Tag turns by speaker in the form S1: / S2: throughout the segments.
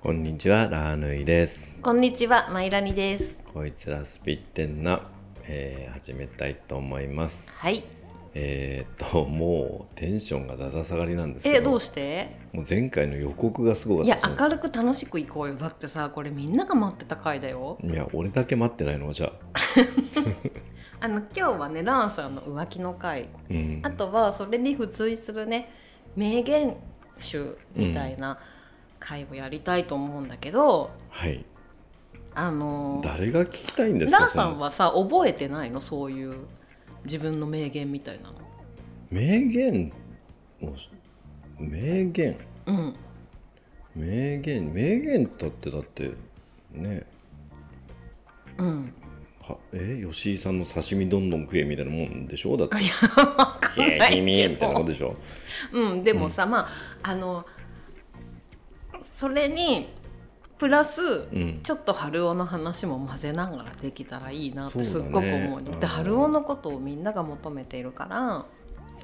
S1: こんにちは、ラーヌイです。
S2: こんにちは、マイラニです。
S1: こいつらスピッテンな、えー始めたいと思います。
S2: はい。
S1: えーっと、もうテンションがだだ下がりなんですけ
S2: え、
S1: ど、
S2: どうして？
S1: もう前回の予告がすごかっ
S2: い
S1: た
S2: や
S1: ですね、
S2: 明るく楽しく行こうよ。だってさ、これみんなが待ってた回だよ。
S1: いや、俺だけ待ってないのじゃあ。
S2: あの今日はね、ランさんの浮気の回。
S1: うん
S2: あ。とはそれに付随するね、名言集みたいな回をやりたいと思うんだけど、
S1: はい。
S2: あの
S1: 誰が聞きたいんですか
S2: ランさん
S1: その
S2: はさ覚えてないのそういう自分の名言みたいなの。
S1: 名言を、名言、
S2: うん。
S1: 名言、名言だってだって、ね、
S2: うん。
S1: はえ吉井さんの刺身どんどん食えみたいなもんでしょだって。い
S2: わかんないけど。
S1: 君みたいなことでしょ
S2: うん、でもさ、まああのそれにプラス、
S1: ん
S2: ちょっと春男の話も混ぜながらできたらいいなっ
S1: そう
S2: て
S1: だね
S2: すっごく思うの
S1: うん
S2: で春男のことをみんなが求めているから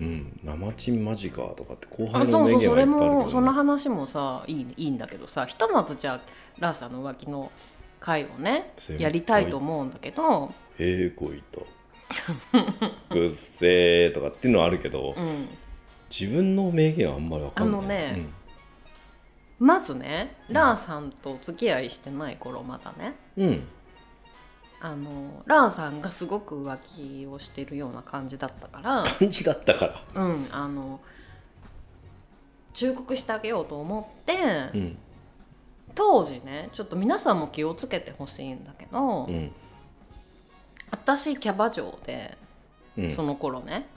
S1: うん、生チンマジかとかって後
S2: あ
S1: 輩の
S2: そう
S1: 名
S2: そう
S1: 言
S2: そ
S1: はい
S2: れ
S1: っぱいある
S2: も
S1: け
S2: そ
S1: ど
S2: んな
S1: ね、
S2: 話もさいいいいんだけどさひとまずじゃあラーさんの浮気の回をね
S1: 先輩
S2: やりたいと思うんだけど、
S1: ええこいと くっせーとかっていうのはあるけど、
S2: うん、
S1: 自分の名言はあんまりわかんない
S2: あのねまずねラーさんとお付き合いしてない頃まだね
S1: うん、うん
S2: あのランさんがすごく浮気をしてるような感じだったか
S1: 感じだったから
S2: ら、うん、あの忠告してあげようと思って、
S1: うん
S2: 当時ねちょっと皆さんも気をつけてほしいんだけど、
S1: うん
S2: 私キャバ嬢で
S1: うん
S2: その頃ね、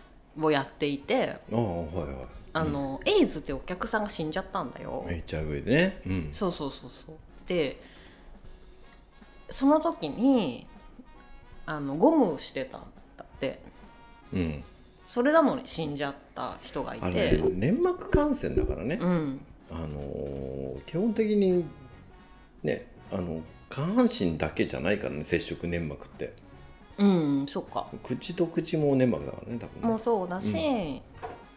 S2: をやっていて
S1: ああはいはい
S2: あの、エイズってお客さんが死んじゃったんだよ。
S1: HIV でねうん
S2: そうそうそうそうでその時にあのゴムしてたんだって。
S1: うん
S2: それなのに死んじゃった人がい
S1: あれ
S2: て、
S1: ね粘膜感染だからね、
S2: うん、
S1: あのー基本的にねあの下半身だけじゃないからね接触粘膜って
S2: うん、そっか
S1: 口と口も粘膜だからね多分ね
S2: もうそうだし、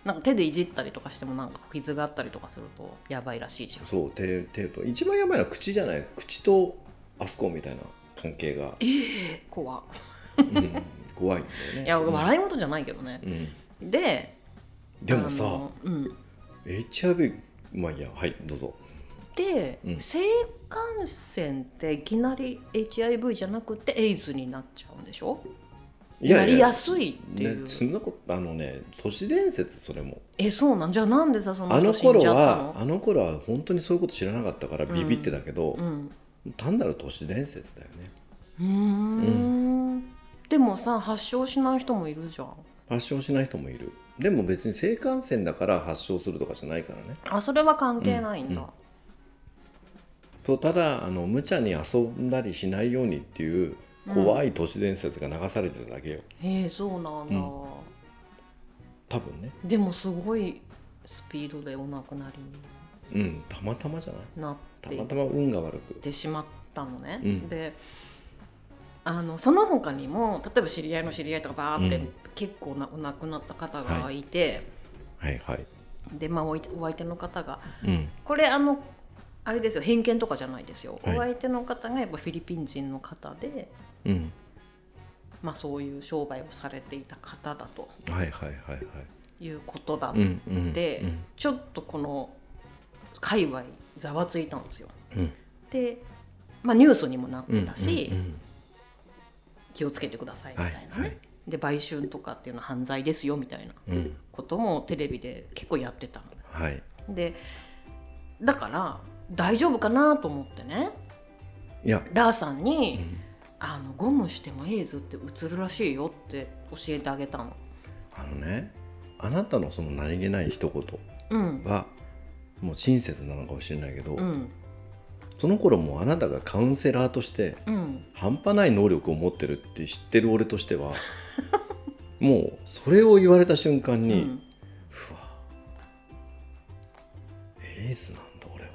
S2: なんか手でいじったりとかしてもなんか傷があったりとかするとやばいらしいじゃん
S1: そう手手と一番やばいのは口じゃない口とあそこみたいな関係が、
S2: え怖っ
S1: うん、怖いんだよね
S2: いや
S1: うん
S2: 笑い事じゃないけどね、
S1: うん
S2: で
S1: でもさ
S2: あのうん
S1: HIV まあいいやはいどうぞ
S2: で、
S1: うん
S2: 性感染っていきなり HIV じゃなくてエイズになっちゃうんでしょ
S1: いや
S2: ないり
S1: や
S2: やすいっていう、
S1: ね、そんなことあのね都市伝説それも
S2: えそうなんじゃあなんでさその
S1: あの
S2: 人死ん
S1: 頃
S2: じゃった
S1: は
S2: の
S1: あの頃は本当にそういうこと知らなかったから
S2: うん
S1: ビビってたけど、
S2: うん
S1: 単なる都市伝説だよね
S2: うーんでもさ発症しない人もいるじゃん
S1: 発症しない人もいるでも別に性感染だから発症するとかじゃないからね
S2: あそれは関係ないんだ、
S1: そうただあの無茶に遊んだりしないようにっていう怖い都市伝説が流されてただけよ、
S2: へえそうなんだ、
S1: 多分ね
S2: でもすごいスピードでお亡くなりに
S1: うんたまたまじゃない
S2: なったてい
S1: ま
S2: った
S1: ま運が悪く
S2: てしまったのね、
S1: うん
S2: であのその他にも例えば知り合いの知り合いとかバーっ
S1: う
S2: て
S1: ん
S2: 結構なお亡くなった方がいて、
S1: はいはい
S2: でまあおいお相手の方が
S1: うん
S2: これあのあれですよ偏見とかじゃないですよ、
S1: はい
S2: お相手の方がやっぱフィリピン人の方で
S1: うん
S2: まあ、そういう商売をされていた方だと
S1: はいはいはいはい
S2: いうことだっ
S1: うんうん
S2: て、ちょっとこの界隈ざわついたんですよ。
S1: うん
S2: で、まあ、ニュースにもなっ
S1: うん
S2: てたし、
S1: うんうん
S2: 気をつけてくださいみ
S1: は
S2: た
S1: い
S2: いなね、
S1: はい
S2: で売春とかっていうのは犯罪ですよみたいな
S1: うん
S2: こともテレビで結構やってた
S1: はい
S2: の。でだから大丈夫かなと思ってね
S1: いや
S2: ラーさんに、
S1: ん
S2: あのゴムしてもエイズってうつるらしいよって教えてあげたの。
S1: あのねあなたのその何気ない一
S2: うん
S1: 言はもう親切なのかもしれないけど、
S2: うん
S1: その頃もうあなたがカウンセラーとして
S2: うん
S1: 半端ない能力を持ってるって知ってる俺としては もうそれを言われた瞬間に、
S2: うん
S1: ふわエイズなんだ俺は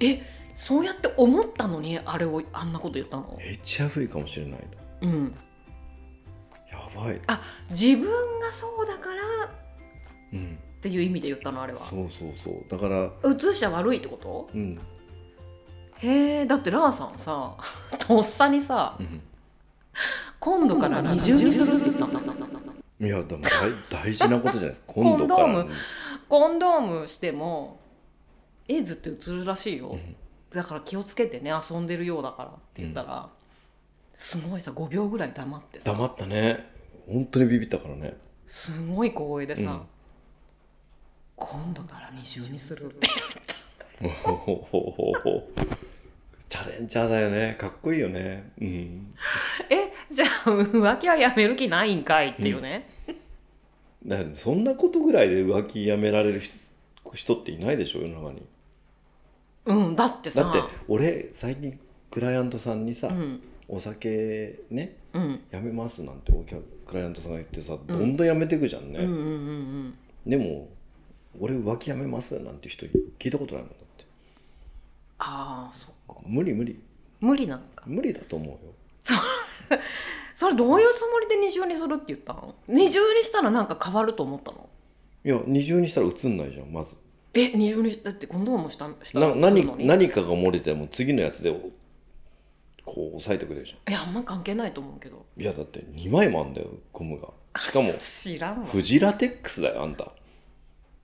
S2: えそうやって思ったのにあれをあんなこと言ったの
S1: HIV かもしれないと
S2: うん
S1: やばい、
S2: あ自分がそうだからっ
S1: うん、
S2: ていう意味で言ったのあれは
S1: そうそうそうだから
S2: うつしちゃ悪いってこと
S1: うん
S2: へえだってラーさんさ とっさにさ
S1: うん
S2: 今度から二重にするって言ったの
S1: いやでも大 大事なことじゃないですか今度か
S2: コンド
S1: ら
S2: ーコンドームしてもエイズってうつるらしいよ、
S1: うん
S2: だから気をつけてね遊んでるようだからって言ったら、すごいさ5秒ぐらい黙ってさ
S1: 黙ったね本当にビビったからね
S2: すごい小声でさ、
S1: うん
S2: 今度から二重にするって
S1: おほほほほチャレンジャーだよねかっこいいよねうん
S2: えじゃあ浮気はやめる気ないんかいっていうね、
S1: だからそんなことぐらいで浮気やめられる人人っていないでしょ世の中に
S2: うんだってさ
S1: だって俺最近クライアントさんにさ、
S2: うん
S1: お酒ね
S2: うん
S1: やめますなんてお客クライアントさんが言ってさどんどんやめてくじゃんね、
S2: うんうんうんうん
S1: でも俺浮気やめますなんて人聞いたことないもんだって
S2: ああそっか
S1: 無理無理
S2: 無理なんか
S1: 無理だと思うよ
S2: それどういうつもりで二重にするって言ったの二重にしたらなんか変わると思ったの
S1: いや二重にしたら映んないじゃんまず
S2: え二重にしだってコンドームしたしたら
S1: な
S2: するの
S1: 何
S2: に
S1: 何かが漏れても次のやつでこう押さえてくれるじゃ
S2: いやあんま関係ないと思うけど
S1: んいやだって2枚もあんだよゴムがしかも
S2: 知らんわ
S1: フジラテックスだよあんた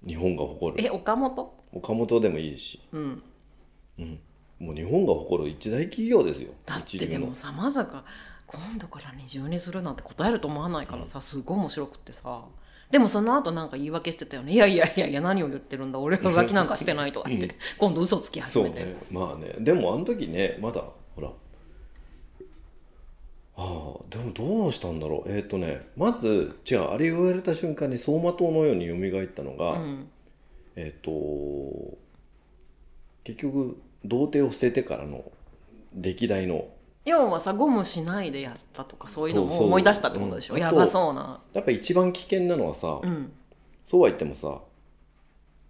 S1: 日本が誇
S2: え
S1: る
S2: 岡本
S1: 岡本でもいいし
S2: うん
S1: もう日本が誇る一大企業ですよ
S2: だって
S1: 一流
S2: で
S1: の
S2: もさまさか今度から二重にするなんて答えると思わないからさすごい面白くってさでもその後なんか言い訳してたよねいやいやいやいや何を言ってるんだ俺は浮気なんかしてないとか言っ て、
S1: うん
S2: 今度嘘つき始
S1: そう
S2: めて、
S1: ねまあねでもあの時ねまだほらああでもどうしたんだろうえっ、とねまず違うあれ言われた瞬間に走馬灯のように蘇ったの
S2: う
S1: が、
S2: ん
S1: えっ、と結局童貞を捨ててからの歴代の
S2: 要はさゴムしないでやったとかそういうの
S1: そう
S2: も
S1: そう
S2: 思い出したってことでしょ
S1: うん
S2: やばそうな
S1: やっぱ一番危険なのはさ、
S2: うん
S1: そうは言ってもさ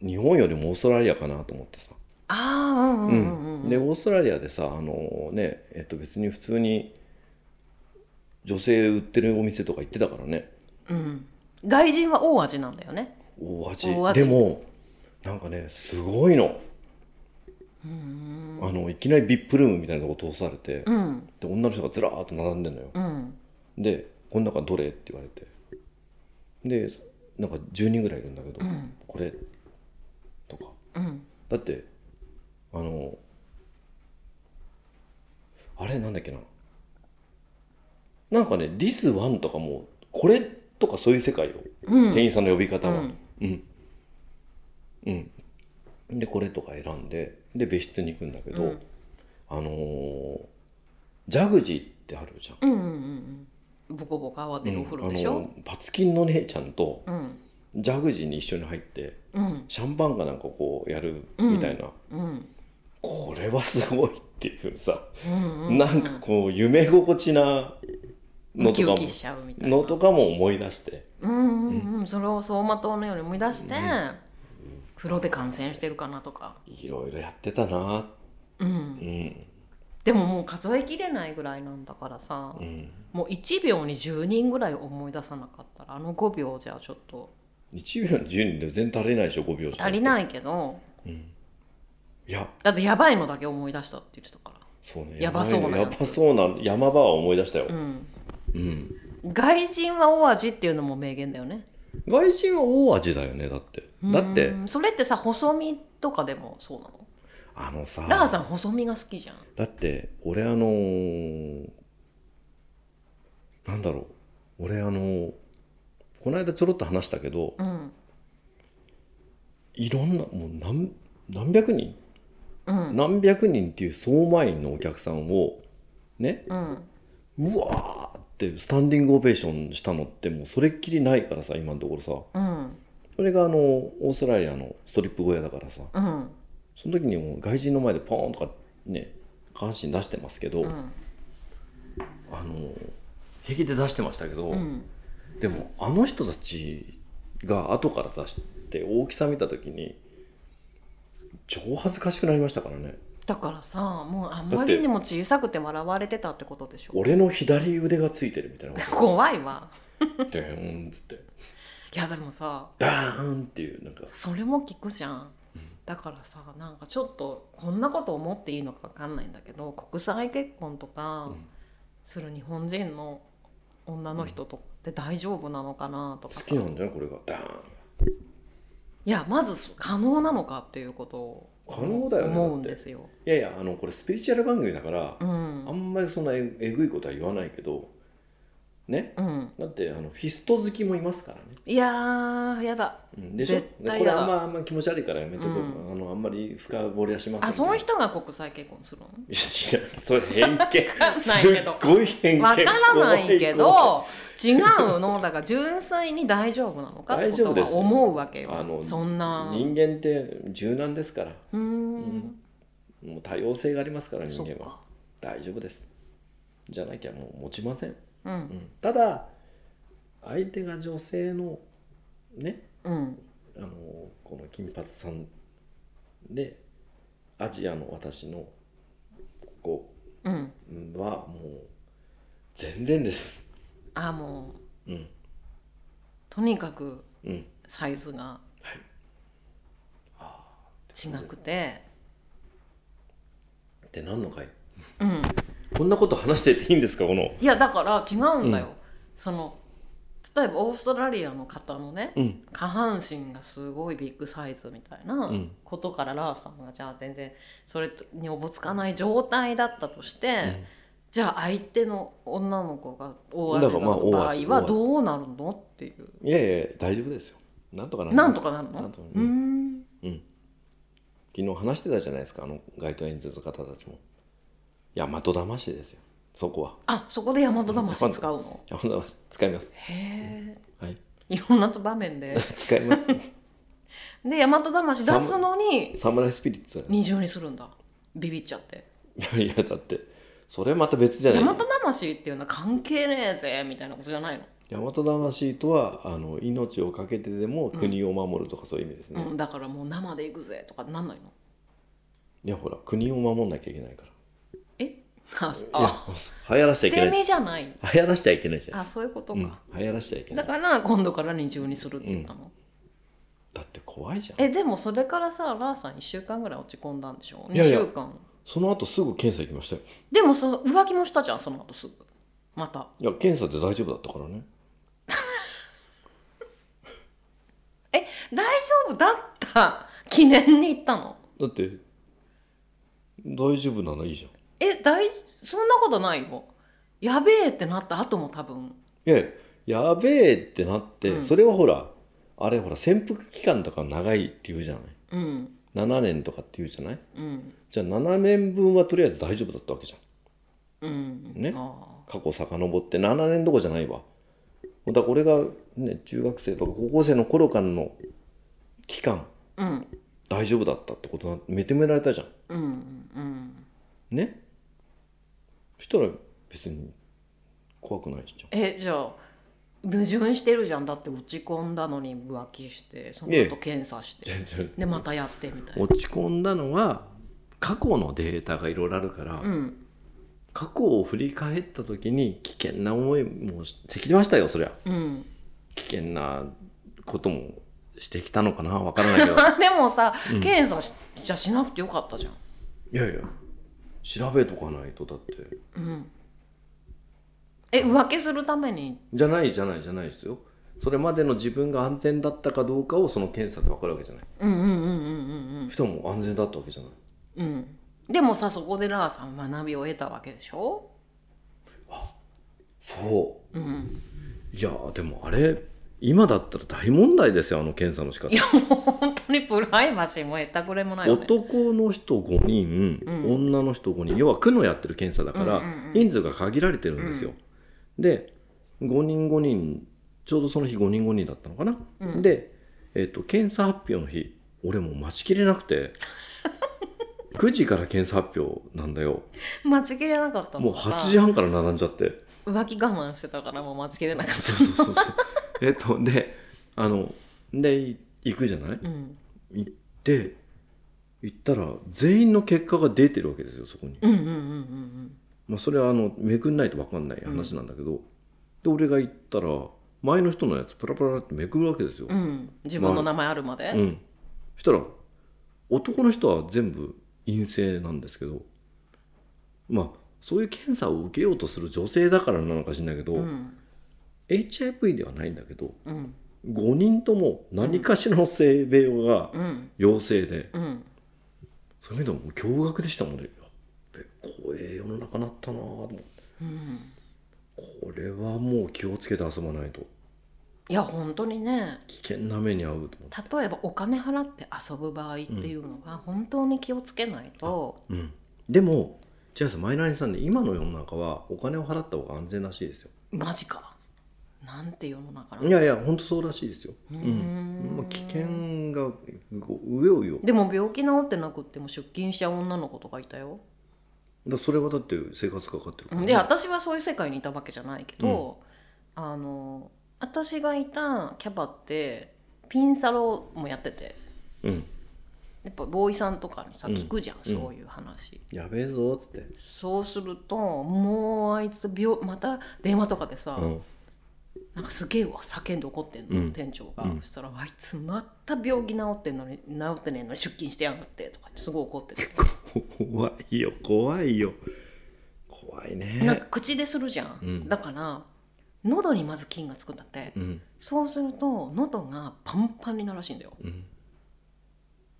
S1: 日本よりもオーストラリアかなと思ってさ、
S2: ああうんうんうんうん、
S1: でオーストラリアでさあのねえっと別に普通に女性売ってるお店とか行ってたからね
S2: うん、外人は大味なんだよね、
S1: 大味
S2: 大味
S1: でもなんかねすごいの
S2: うん
S1: あのいきなり VIP ルームみたいなとこ通されて、
S2: うん、うん
S1: で女の人がずらーっと並んでんのよ、
S2: うん
S1: で「この中どれ?」って言われてでなんか10人ぐらいいるんだけど「
S2: うん
S1: これ」とか
S2: うん
S1: だってあのあれなんだっけななんかね「This one」とかもう「これ」とかそういう世界よ、
S2: うん
S1: 店員さんの呼び方
S2: う
S1: は
S2: ん
S1: うんうん、でこれとか選んでで別室に行くんだけど、
S2: うん
S1: あのージャグジーってあるじゃん
S2: うんうんうんボコボコ慌てるお風呂でし
S1: うんあ
S2: ょ、
S1: のパツキンの姉ちゃんと
S2: うん、
S1: ジャグジーに一緒に入って
S2: うん
S1: シャンパンかなんかこうやるみたいな、
S2: うんうん
S1: これはすごいっていうさ、
S2: うんう
S1: なんかこう夢心地なの
S2: ウキ
S1: とかも
S2: ウキしちゃうみたいな
S1: のとかも思い出して
S2: うんうんうんそれを走馬灯のように思い出して、風呂で感染してるかなとか、
S1: いろいろやってたな
S2: うん、
S1: うん
S2: でももう数えきれないぐらいなんだからさ、
S1: うん
S2: もう1秒に10人ぐらい思い出さなかったらあの5秒じゃちょっと
S1: 1秒に10人で全然足りないでしょ5秒じゃ
S2: 足りないいけど
S1: いや
S2: だってやばいのだけ思い出したって言ってたか
S1: そうね
S2: やばそうな
S1: や
S2: や
S1: ばいや
S2: つ
S1: ばそうな山場は思い出したよ
S2: ら、うん、
S1: うん、
S2: 外人は大味っていうのも名言だよね
S1: 外人は大味だよねだってだって
S2: うんそれってさ細身とかでもそうなの
S1: あのさ
S2: ラガさん細身が好きじゃん
S1: だって俺あのーなんだろう俺あのーこの間ちょろっと話したけど
S2: うん
S1: いろんなもう何何百人
S2: うん
S1: 何百人っていう相馬員のお客さんをね
S2: うん
S1: うわーってスタンディングオベーションしたのってもうそれっきりないからさ今のところさ
S2: うん
S1: それがあのオーストラリアのストリップ小屋だからさ
S2: うん
S1: その時にもう外人の前でポーンとかね下半身出してますけど、
S2: うん
S1: あの平気で出してましたけど、
S2: うん
S1: でもあの人たちが後から出して大きさ見た時に超恥ずかしくなりましたからね
S2: だからさもうあんまりにも小さくて笑われてたってことでしょ
S1: 俺の左腕がついてるみたいなこ
S2: 怖いわ
S1: と でーんっつって
S2: いやでもさ
S1: ダーンっていうなんか
S2: それも聞くじゃんだからさなんかちょっとこんなこと思っていいのか分かんないんだけど国際結婚とか
S1: うん
S2: する日本人の女の人とかって大丈夫なのかなとか
S1: 好
S2: さ
S1: きなんじゃないこれがダーン
S2: いやまず可能なのかっていうことを
S1: 可能だよね
S2: 思うんですよ。
S1: いやいやあのこれスピリチュアル番組だから、
S2: うん
S1: あんまりそんなええぐいことは言わないけどね
S2: うん、
S1: だってあのフィスト好きもいますからね
S2: いやーやだ
S1: うんでしょ
S2: 絶対
S1: これ
S2: やだ
S1: あんまあんま気持ち悪いからやめとこう、
S2: う
S1: あのあんまり深掘りはしません
S2: あその人が国際結婚するの
S1: いや違うそれ偏見
S2: かんない
S1: す
S2: け
S1: っ
S2: ど
S1: ごい偏見
S2: わからないけ
S1: 怖い
S2: ど違うのだから純粋に大丈夫なのかってこ
S1: 大丈夫
S2: と
S1: で
S2: は
S1: す
S2: 思うわけよ
S1: あの
S2: そんな
S1: 怖い人間って柔軟ですから
S2: うーん
S1: んもう多様性がありますから人
S2: そっ
S1: 間は
S2: か
S1: 大丈夫ですじゃなきゃもう持ちません、
S2: う
S1: うんん、ただ相手が女性のね
S2: うん
S1: あのこの金髪さんでアジアの私のこ
S2: うん
S1: こうんはもう全然です
S2: あもう
S1: うん
S2: とにかく
S1: うん
S2: サイズが
S1: はい
S2: 違くて
S1: ってなんのかい
S2: うん
S1: こんなこと話してていいんですかこの
S2: いやだから違うんだよ、
S1: う
S2: その例えばオーストラリアの方のね、
S1: うん
S2: 下半身がすごいビッグサイズみたいなんことからラーさんがじゃあ全然それにおぼつかない状態だったとして、じゃあ相手の女の子が大味だった
S1: だからま
S2: 場
S1: あ
S2: 合
S1: 大味
S2: はどうなるのっていう
S1: いやいや大丈夫ですよなんとかなります
S2: なんとかなるの
S1: なんとか
S2: う
S1: うん
S2: ん
S1: うん昨日話してたじゃないですかあの街頭演説の方たちも大和騙しですよそこは
S2: あそこで大和魂使うの
S1: 大和魂使います
S2: へ
S1: はい
S2: えいろんな場面で
S1: 使い ます
S2: で大和魂出すのに
S1: サムライスピリッツ
S2: 二重にするんだビビっちゃって。
S1: いやいやだってそれはまた別じゃない
S2: 大和魂っていうのは関係ねえぜみたいなことじゃないの、
S1: 大和魂とはあの命を懸けてでも国を守るとかそういう意味ですね、
S2: うん、だからもう生で行くぜとかなんないの
S1: いやほら国を守んなきゃいけないから
S2: えあ
S1: い
S2: あ
S1: や流行らしちゃ
S2: 捨
S1: いけ
S2: て
S1: ない
S2: 身じゃない
S1: 流行らしちゃいけないじゃない
S2: あ
S1: です
S2: そういうこと
S1: か、
S2: か、
S1: うん、流行らしちゃいけな
S2: だ
S1: い
S2: から今度から二重にするって言ったの、
S1: だって怖いじゃん
S2: えでもそれからさラーさん1週間ぐらい落ち込んだんでしょ2
S1: いやい
S2: 週
S1: や
S2: 間
S1: その後すぐ検査行きましたよ
S2: でもその浮気もしたじゃんその後すぐまた
S1: いや検査で大丈夫だったからね
S2: え大丈夫だった記念に行ったの
S1: だって大丈夫ならいいじゃん
S2: え大そんなことないよやべえってなった後も多分
S1: いややべえってなって、
S2: うん
S1: それはほらあれほら潜伏期間とか長いって言うじゃない
S2: うん
S1: 7年とかって言うじゃない
S2: うん
S1: じゃあ7年分はとりあえず大丈夫だったわけじゃん
S2: うん
S1: ね
S2: ああ
S1: 過去遡って7年どころじゃないわだから俺が、ね、中学生とか高校生の頃からの期間
S2: うん
S1: 大丈夫だったってことな認められたじゃん
S2: うんうん
S1: ねそしたら別に怖くないじゃ
S2: えじゃあ矛盾してるじゃんだって落ち込んだのに浮気してその
S1: いえ
S2: 後検査して
S1: ん全
S2: でまたやってみたいな
S1: 落ち込んだのは過去のデータがいろいろあるから、
S2: うん
S1: 過去を振り返った時に危険な思いもしてきましたよそりゃ
S2: うん
S1: 危険なこともしてきたのかなわ からないけど
S2: でもさ、検査しじゃしなくてよかったじゃん
S1: いやいや調べとかないとだって
S2: え浮気するために
S1: じゃないじゃないじゃないですよそれまでの自分が安全だったかどうかをその検査で分かるわけじゃない
S2: うんうんうんうん
S1: 人も安全だったわけじゃない
S2: うんうんでもさそこでラーさん学びを得たわけでしょ
S1: そう、いやでもあれ今だったら大問題ですよあの検査の仕方
S2: いやもう本当にプライバシーも得たくれもないよね
S1: 男の人5人、女の人5人要は区のやってる検査だから、人数が限られてるんですよ、で5人5人ちょうどその日5人5人だったのかな、で、えっと検査発表の日俺もう待ちきれなくて9時から検査発表なんだよ
S2: 待ちきれなかった
S1: も
S2: も
S1: うん
S2: さ
S1: 8時半から並んじゃって
S2: 浮気我慢してたからもう待ちきれなかっ
S1: そうそうそうそうえっとであのでい行くじゃない、
S2: たうん
S1: 行って行ったら全員の結果が出てるわけですよそこに、
S2: うんうんうんうん
S1: まあ、それはあのめくんないと分かんない話なんだけど、で俺が行ったら前の人のやつプラプラってめくるわけですよ、
S2: うんうん自分の名前あるまで、
S1: うんそしたら男の人は全部陰性なんですけどまあそういう検査を受けようとする女性だからなのかしらないけど、
S2: うん
S1: HIV ではないんだけど
S2: うん
S1: 5人とも何かしらの性病が
S2: うん
S1: 陽性で、
S2: うん
S1: そういう意味でも驚愕でしたもんねやっべ怖え世の中なったなぁと思って
S2: うん
S1: これはもう気をつけて遊ばないと
S2: いや本当にね
S1: 危険な目に遭うと思って
S2: 例えばお金払って遊ぶ場合っていうのが本当に気をつけないと、
S1: うん、でもジャスマイナーにさんで今の世の中はお金を払った方が安全らしいですよ
S2: マジかなんて世の中ないの
S1: やいや本当そうらしいですよ、う
S2: うー
S1: ん
S2: ん
S1: まあ、危険がこう上をよ
S2: でも病気治ってなくっても出勤しちゃう女の子とかいたよ
S1: だそれはだって生活かかってるからね
S2: で私はそういう世界にいたわけじゃないけど、あの私がいたキャバってピンサロもやってて
S1: うん、
S2: やっぱボーイさんとかにさ
S1: うん
S2: 聞くじゃん、
S1: うん
S2: そういう話、
S1: やべえぞっつって、
S2: そうするともうあいつ病また電話とかでさ、
S1: うん、
S2: なんかすげえ叫んで怒ってんの、
S1: うん
S2: 店長が、
S1: うん
S2: そしたらあいつまた病気治ってんのに治ってねえのに出勤してやがってとかすごい怒ってて
S1: 怖いよ怖いよ怖い
S2: なん
S1: ね
S2: か口でするじゃん、
S1: うん
S2: だから喉にまず菌がつくんだって、
S1: うん
S2: そうすると喉がパンパンになるらしいんだよ
S1: うん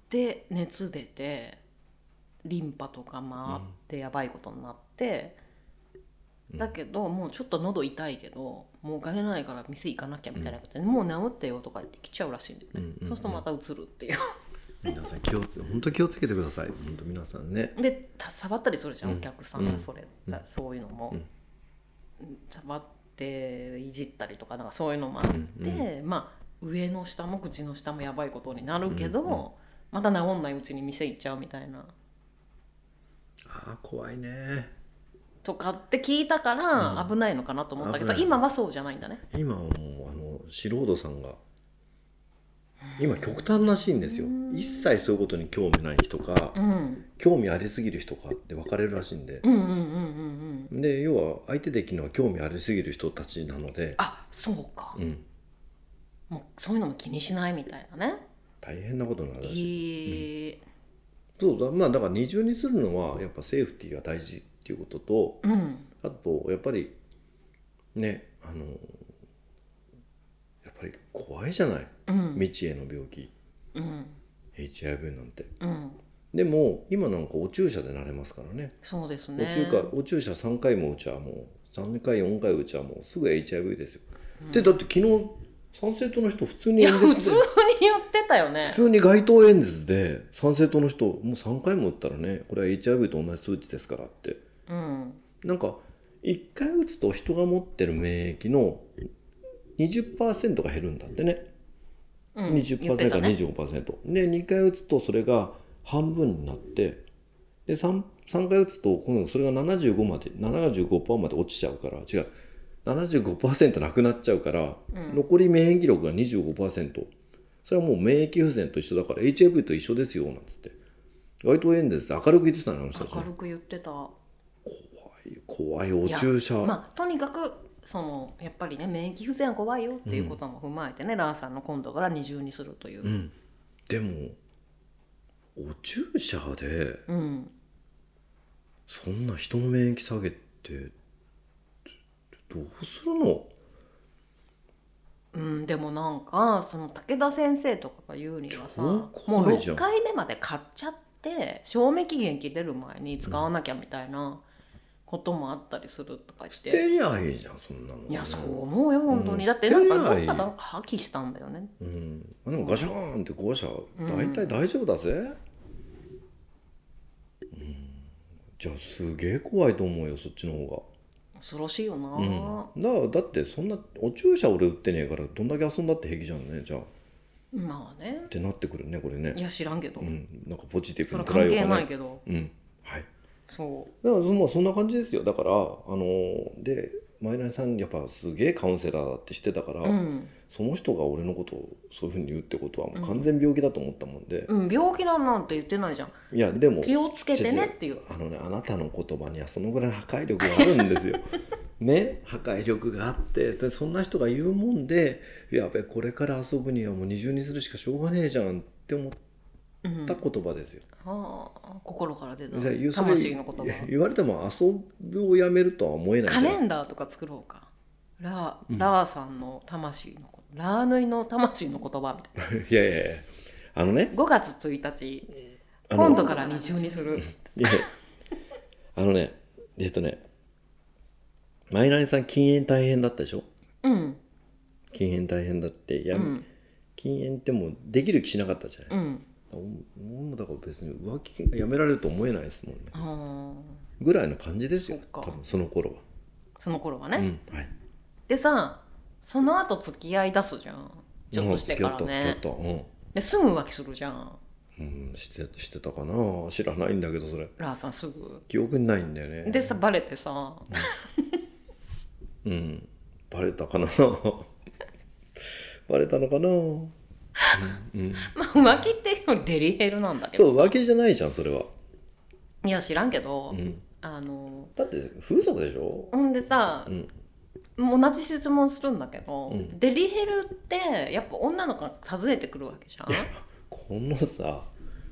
S2: で熱出てリンパとか回ってやばいことになって、だけどもうちょっと喉痛いけどもうお金ないから店行かなきゃみたいなことで、もう治ってよとか言って来ちゃうらしいんだよ
S1: う
S2: ね、
S1: んうんうん
S2: そうするとまたうつるっていう
S1: 皆さん気をつ本当気をつけてください本当皆さんね
S2: でた触ったりするじゃん、
S1: うん
S2: お客さん
S1: うん
S2: がそれ、だそういうのも、触っていじったりとかなんかそういうのもあって、
S1: う
S2: まあ上の下も口の下もやばいことになるけど、
S1: うんうん
S2: また治んないうちに店行っちゃうみたいな
S1: ああ怖いね
S2: とかって聞いたから危ないのかなと思ったけど、
S1: 危ない
S2: 今はそうじゃないんだね
S1: 今はもうあの素人さんが今極端らしいんですよ一切そういうことに興味ない人か
S2: うん
S1: 興味ありすぎる人かって分かれるらしいんで
S2: うんうんうんうんうん
S1: で要は相手できるのは興味ありすぎる人たちなので
S2: あそうか、
S1: うん
S2: もうそういうのも気にしないみたいなね
S1: 大変なことになる
S2: え
S1: らしい
S2: ー
S1: そうだまあだから二重にするのはやっぱセーフティーが大事っていうことと
S2: うん
S1: あとやっぱりねあのやっぱり怖いじゃない
S2: うん
S1: 未知への病気
S2: うん
S1: HIV なんて
S2: うん
S1: でも今なんかお注射でなれますからね
S2: そうですね
S1: お注射お注射3回も打ちゃもう3回4回打ちゃもうすぐ HIV ですよ、でだって昨日参政党の人普通
S2: い
S1: に
S2: や
S1: 演
S2: 普
S1: 説
S2: 通
S1: で
S2: に言ってたよね
S1: 普通に街頭演説で参政党の人もう3回も打ったらねこれは HIV と同じ数値ですからって
S2: うん
S1: なんか1回打つと人が持ってる免疫の20%が減るんだってね、
S2: うん言って
S1: 20%か
S2: た
S1: ら
S2: ね
S1: 25%、で2回打つとそれが半分になってで 3, 3回打つと今度それが75まで75%まで落ちちゃうから違う75%なくなっちゃうから、残り免疫力が25%それはもう免疫不全と一緒だから HIV と一緒ですよなんつって街頭演説で明るく言ってたのあの人たちね
S2: 明るく言ってた
S1: 怖いお注射、
S2: いやまあとにかくそのやっぱりね免疫不全は怖いよっていうことも踏まえてね、ラーさんの今度から二重にするという、
S1: うん、でもお注射で
S2: うん
S1: そんな人の免疫下げてどうするの
S2: うんでもなんかその武田先生とかが言うにはさ
S1: 超
S2: もう
S1: 怖いじゃん
S2: 6回目まで買っちゃって賞味期限切れる前に使わなきゃみたいなこともあったりするとか言っ
S1: 捨
S2: て。
S1: てりゃいいじゃんそんなの
S2: いやそう思うよ本当に、
S1: うん
S2: だってなんか
S1: 捨てりゃ
S2: ど
S1: い
S2: っ
S1: い
S2: かなんか破棄したんだよね
S1: うん、でもガシャーンって壊しちゃう大体大丈夫だぜ、うんじゃあすげえ怖いと思うよそっちの方
S2: 恐ろしいよな、
S1: が、うん、だだってそんなお注射俺打ってねえからどんだけ遊んだって平気じゃんねじゃあっ
S2: まあね
S1: てなってくるねこれ
S2: い
S1: ね、
S2: や知らんけど、
S1: うん、なんかポジティ
S2: そ
S1: ブ
S2: れ
S1: に捉
S2: は関
S1: え
S2: 係
S1: よう
S2: な
S1: が
S2: い
S1: ね
S2: けど
S1: うんはい
S2: そう
S1: だからそまあそんな感じですよだからあのーでマイナーさんやっぱすげえカウンセラーだってしてたから、
S2: うん、
S1: その人が俺のことをそういうふうに言うってことはもう完全病気だと思ったもんで、
S2: うん、病気だなんて言ってないじゃん
S1: いやでも
S2: 気をつけてねっていう
S1: 違違あのねあなたの言葉にはそのぐらいの破壊力があるんです よね破壊力があってでそんな人が言うもんでやべこれから遊ぶにはもう二重にするしかしょうがねえじゃんって思っ
S2: うん
S1: た言葉ですよ、
S2: はあ心から出た
S1: じゃあ言うそれ
S2: 魂の言葉
S1: 言われても遊ぶをやめるとは思えないじ
S2: カ
S1: ゃないで
S2: レ
S1: すか
S2: ンダーとか作ろうかラ,、
S1: うん
S2: ラーさんの魂のことラーヌイの魂の言葉みたいない
S1: やいやいやあのね
S2: 5月1日
S1: あの
S2: 今度から二重にする
S1: いやあのねえっとねマイナリさん禁煙大変だったでしょ
S2: うん
S1: 禁煙大変だってや
S2: う
S1: め、
S2: ん
S1: 禁煙ってもうできる気しなかったじゃないで
S2: う
S1: すか、
S2: ん
S1: もうだから別に浮気がやめられると思えないですもんね
S2: あー
S1: ぐらいの感じですよ
S2: そ
S1: 多
S2: っか
S1: 分その頃
S2: その頃は
S1: は、う
S2: ね、
S1: んはい、
S2: でさその後付き合い出すじゃんちょっとしてから
S1: うん付き合っ
S2: ね
S1: た付き合っ
S2: ですぐ浮気するじゃん
S1: たうん、うん、してしてたかな知らないんだけどそれ
S2: ラーさんすぐ
S1: 記憶にないんだよね
S2: でさバレてさ
S1: うんバレたかな バレたのかな、うんうん、
S2: まあ浮気っていうよりデリヘルなんだけ
S1: そ
S2: ど
S1: う浮気じゃないじゃんそれは、
S2: いや知らんけど、
S1: うん、
S2: あの
S1: だって風俗でしょ
S2: ほんでさ
S1: う、ん
S2: 同じ質問するんだけど、
S1: うん
S2: デリヘルってやっぱ女の子が訪ねてくるわけじゃん
S1: このさ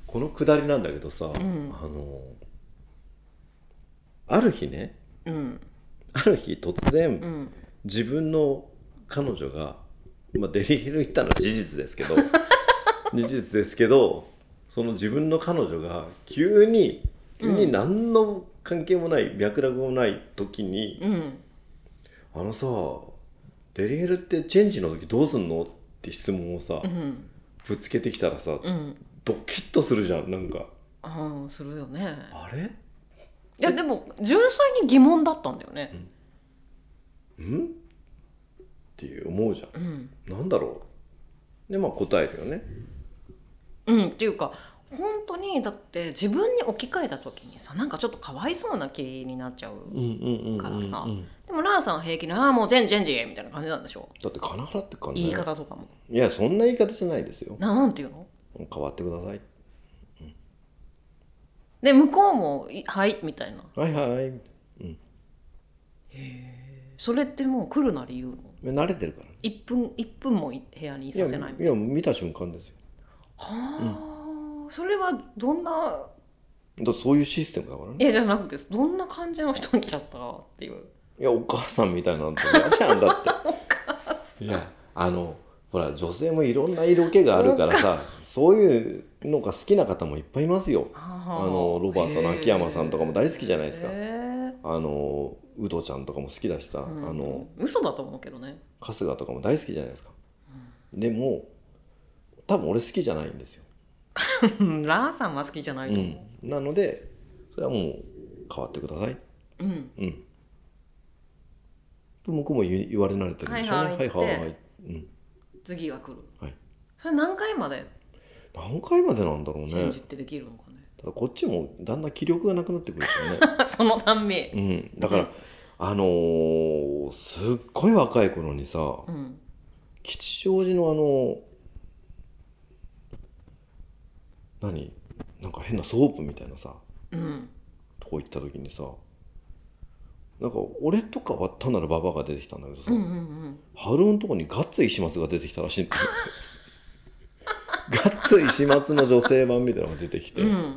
S1: このくだりなんだけどさ、
S2: ん
S1: あのある日ね
S2: うん
S1: ある日突然、
S2: うん
S1: 自分の彼女が、まあ、デリヘル行ったのは事実ですけ ど事実ですけどその自分の彼女が急に急に何の関係もない、脈絡もない時に
S2: うん
S1: 「あのさデリヘルってチェンジの時どうすんの?」って質問をさ、
S2: うん
S1: ぶつけてきたらさ、
S2: うん
S1: ドキッとするじゃんなんか
S2: ああするよね
S1: 「あれ
S2: いやでも純粋に疑問だったんだよね
S1: ん?」っていう思うじゃん
S2: うん、
S1: なんだろうでまあ答えるよね
S2: うん、っていうか本当にだって自分に置き換えた時にさなんかちょっとかわいそうな気になっちゃう、からさでもラーさんは平気で「ああもうチェンジチェンジ」みたいな感じなんでしょ
S1: だって金払ってっからね
S2: 言い方とかも
S1: いやそんな言い方じゃないですよ
S2: なんていうの
S1: 変わってください
S2: で向こうもい「はい」みたいな
S1: はいはい
S2: それってもう来るなり言うの
S1: 慣れてるから
S2: 1分1分もい部屋にいさせない
S1: いやや見た瞬間ですよ
S2: はあそれはどんな
S1: だってそういうシステムだからね
S2: 絵じゃなくてどんな感じの人に来ちゃったかっていう
S1: いやお母さんみたいなんて嫌じゃんだって お母さんいやあのほら女性もいろんな色気があるからさそういうのが好きな方もいっぱいいますよ
S2: あ
S1: あのロバートの秋山さんとかも大好きじゃないですかあのウドちゃんとかも好きだしさ、あ
S2: あ
S1: の
S2: の嘘だと思うけどね
S1: 春日とかも大好きじゃないですか、でも多分俺好きじゃないんですよ、
S2: うんラーさんは好きじゃないうと
S1: ん
S2: 思、
S1: なのでそれはもう変わってくださいう
S2: うん
S1: うんと僕も言言われ慣れてるんでしょうね
S2: はいはい
S1: はいはい
S2: つっ
S1: うん
S2: 次が来る
S1: はい、
S2: それ何回まで
S1: 何回までなんだろう
S2: チェン
S1: ね
S2: ジってできるのかね
S1: ただこっちもだんだん気力がなくなってくるからね
S2: そのたんび
S1: うんだから、あのーすっごい若い頃にさ、
S2: うん
S1: 吉祥寺のあの何なんか変なソープみたいなさ
S2: うん
S1: とこ行った時にさなんか俺とかは単なるババアが出てきたんだけどさ、
S2: うんうん
S1: 春男のとこにガッツ石松が出てきたらしい んだよガッツ石松の女性版みたいなのが出てきて、
S2: うんうん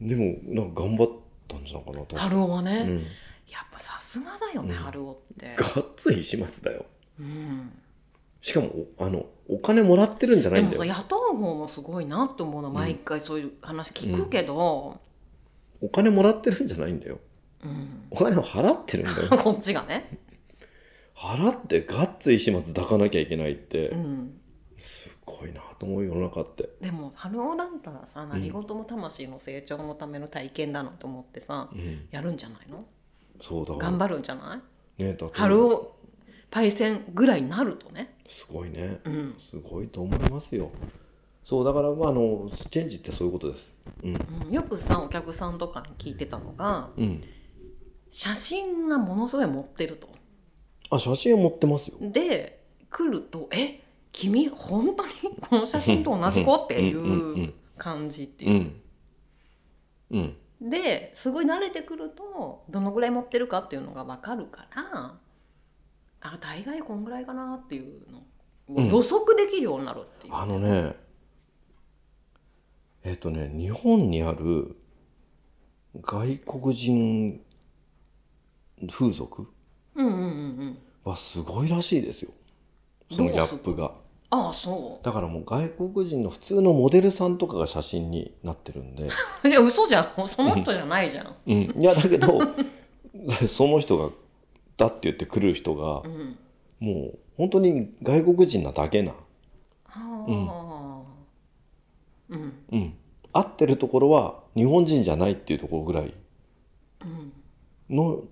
S1: でもなんか頑張ったんじゃないかなと思って
S2: 春男はね、
S1: うん、
S2: やっぱさすがだよね、
S1: うん
S2: 春男って
S1: ガッツ石松だよ
S2: うん
S1: しかもおあのお金もらってるんじゃない
S2: で
S1: ん
S2: も
S1: だ
S2: さ
S1: よ
S2: 雇う方もすごいなと思うの毎回そういう話聞くけど、
S1: お金もらってるんじゃないんだよ
S2: うん
S1: お金を払ってるんだよ
S2: こっちがね、
S1: 払ってガッツ石松抱かなきゃいけないって、
S2: うん、
S1: すごいなと思う世の中って
S2: でも春男だったらさ何事も魂の成長のための体験だなと思ってさ、
S1: うん
S2: やるんじゃないの
S1: そうだ
S2: 頑張るんじゃない
S1: ねだ
S2: 春
S1: って
S2: 男パイセンぐらいになるとね
S1: すごいね
S2: うん
S1: すごいと思いますよそうだからまああのチェンジってそういうことですうん
S2: うんよくさお客さんとかに聞いてたのが
S1: うん
S2: 写真がものすごい持ってると
S1: あ写真を持ってますよ
S2: で来ると「え君本当にこの写真と同じ子?」ってい
S1: んうんう
S2: うん感じっていうう。
S1: んうん
S2: ですごい慣れてくるとどのぐらい持ってるかっていうのが分かるからあ大概こんぐらいかなっていうのを
S1: うん
S2: 予測できるようになるっていう。
S1: あのねえっとね日本にある外国人風俗
S2: うんうんうんうん
S1: はすごいらしいですよそのギャップが
S2: ああそ
S1: だからもう外国人の普通のモデルさんとかが写真になってるんで、
S2: う いや嘘じゃんもうその人じゃないじゃん
S1: うん、いやだけど その人がだって言って来る人が
S2: うん
S1: もう本当に外国人なだけな、
S2: はあうん
S1: うん、会ってるところは日本人じゃないっていうところぐらい
S2: うん
S1: の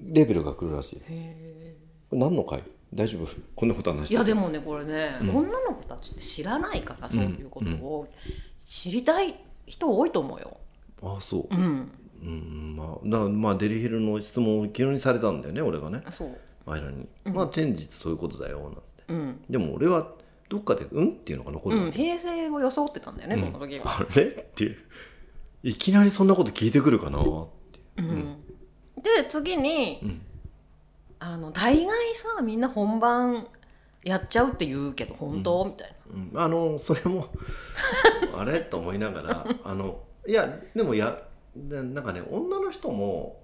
S1: レベルが来るらしいです
S2: へえ
S1: これ何の回大丈夫こんなこと話して
S2: いやでもねこれね、
S1: うん
S2: 女の子たちって知らないからそういうことを知りたい人多いと思うよ。
S1: ああそう
S2: うん、
S1: うんまあだからまあデリヘルの質問を昨日にされたんだよね俺がね
S2: そう、
S1: アイラに「まあ天日そういうことだよ」なんつって
S2: うん、
S1: でも俺はどっかで「うん?」っていうのが残る
S2: うん、
S1: わけ、
S2: 平成を装ってたんだよね、
S1: うん
S2: その時は。
S1: あれっていういきなりそんなこと聞いてくるかなっていう
S2: うん
S1: ん
S2: で次に、
S1: うん
S2: あの大概さみんな本番やっちゃうって言うけど本当、みたい
S1: うんあのそれも あれと思いながらあのいやでもやななんかね女の人も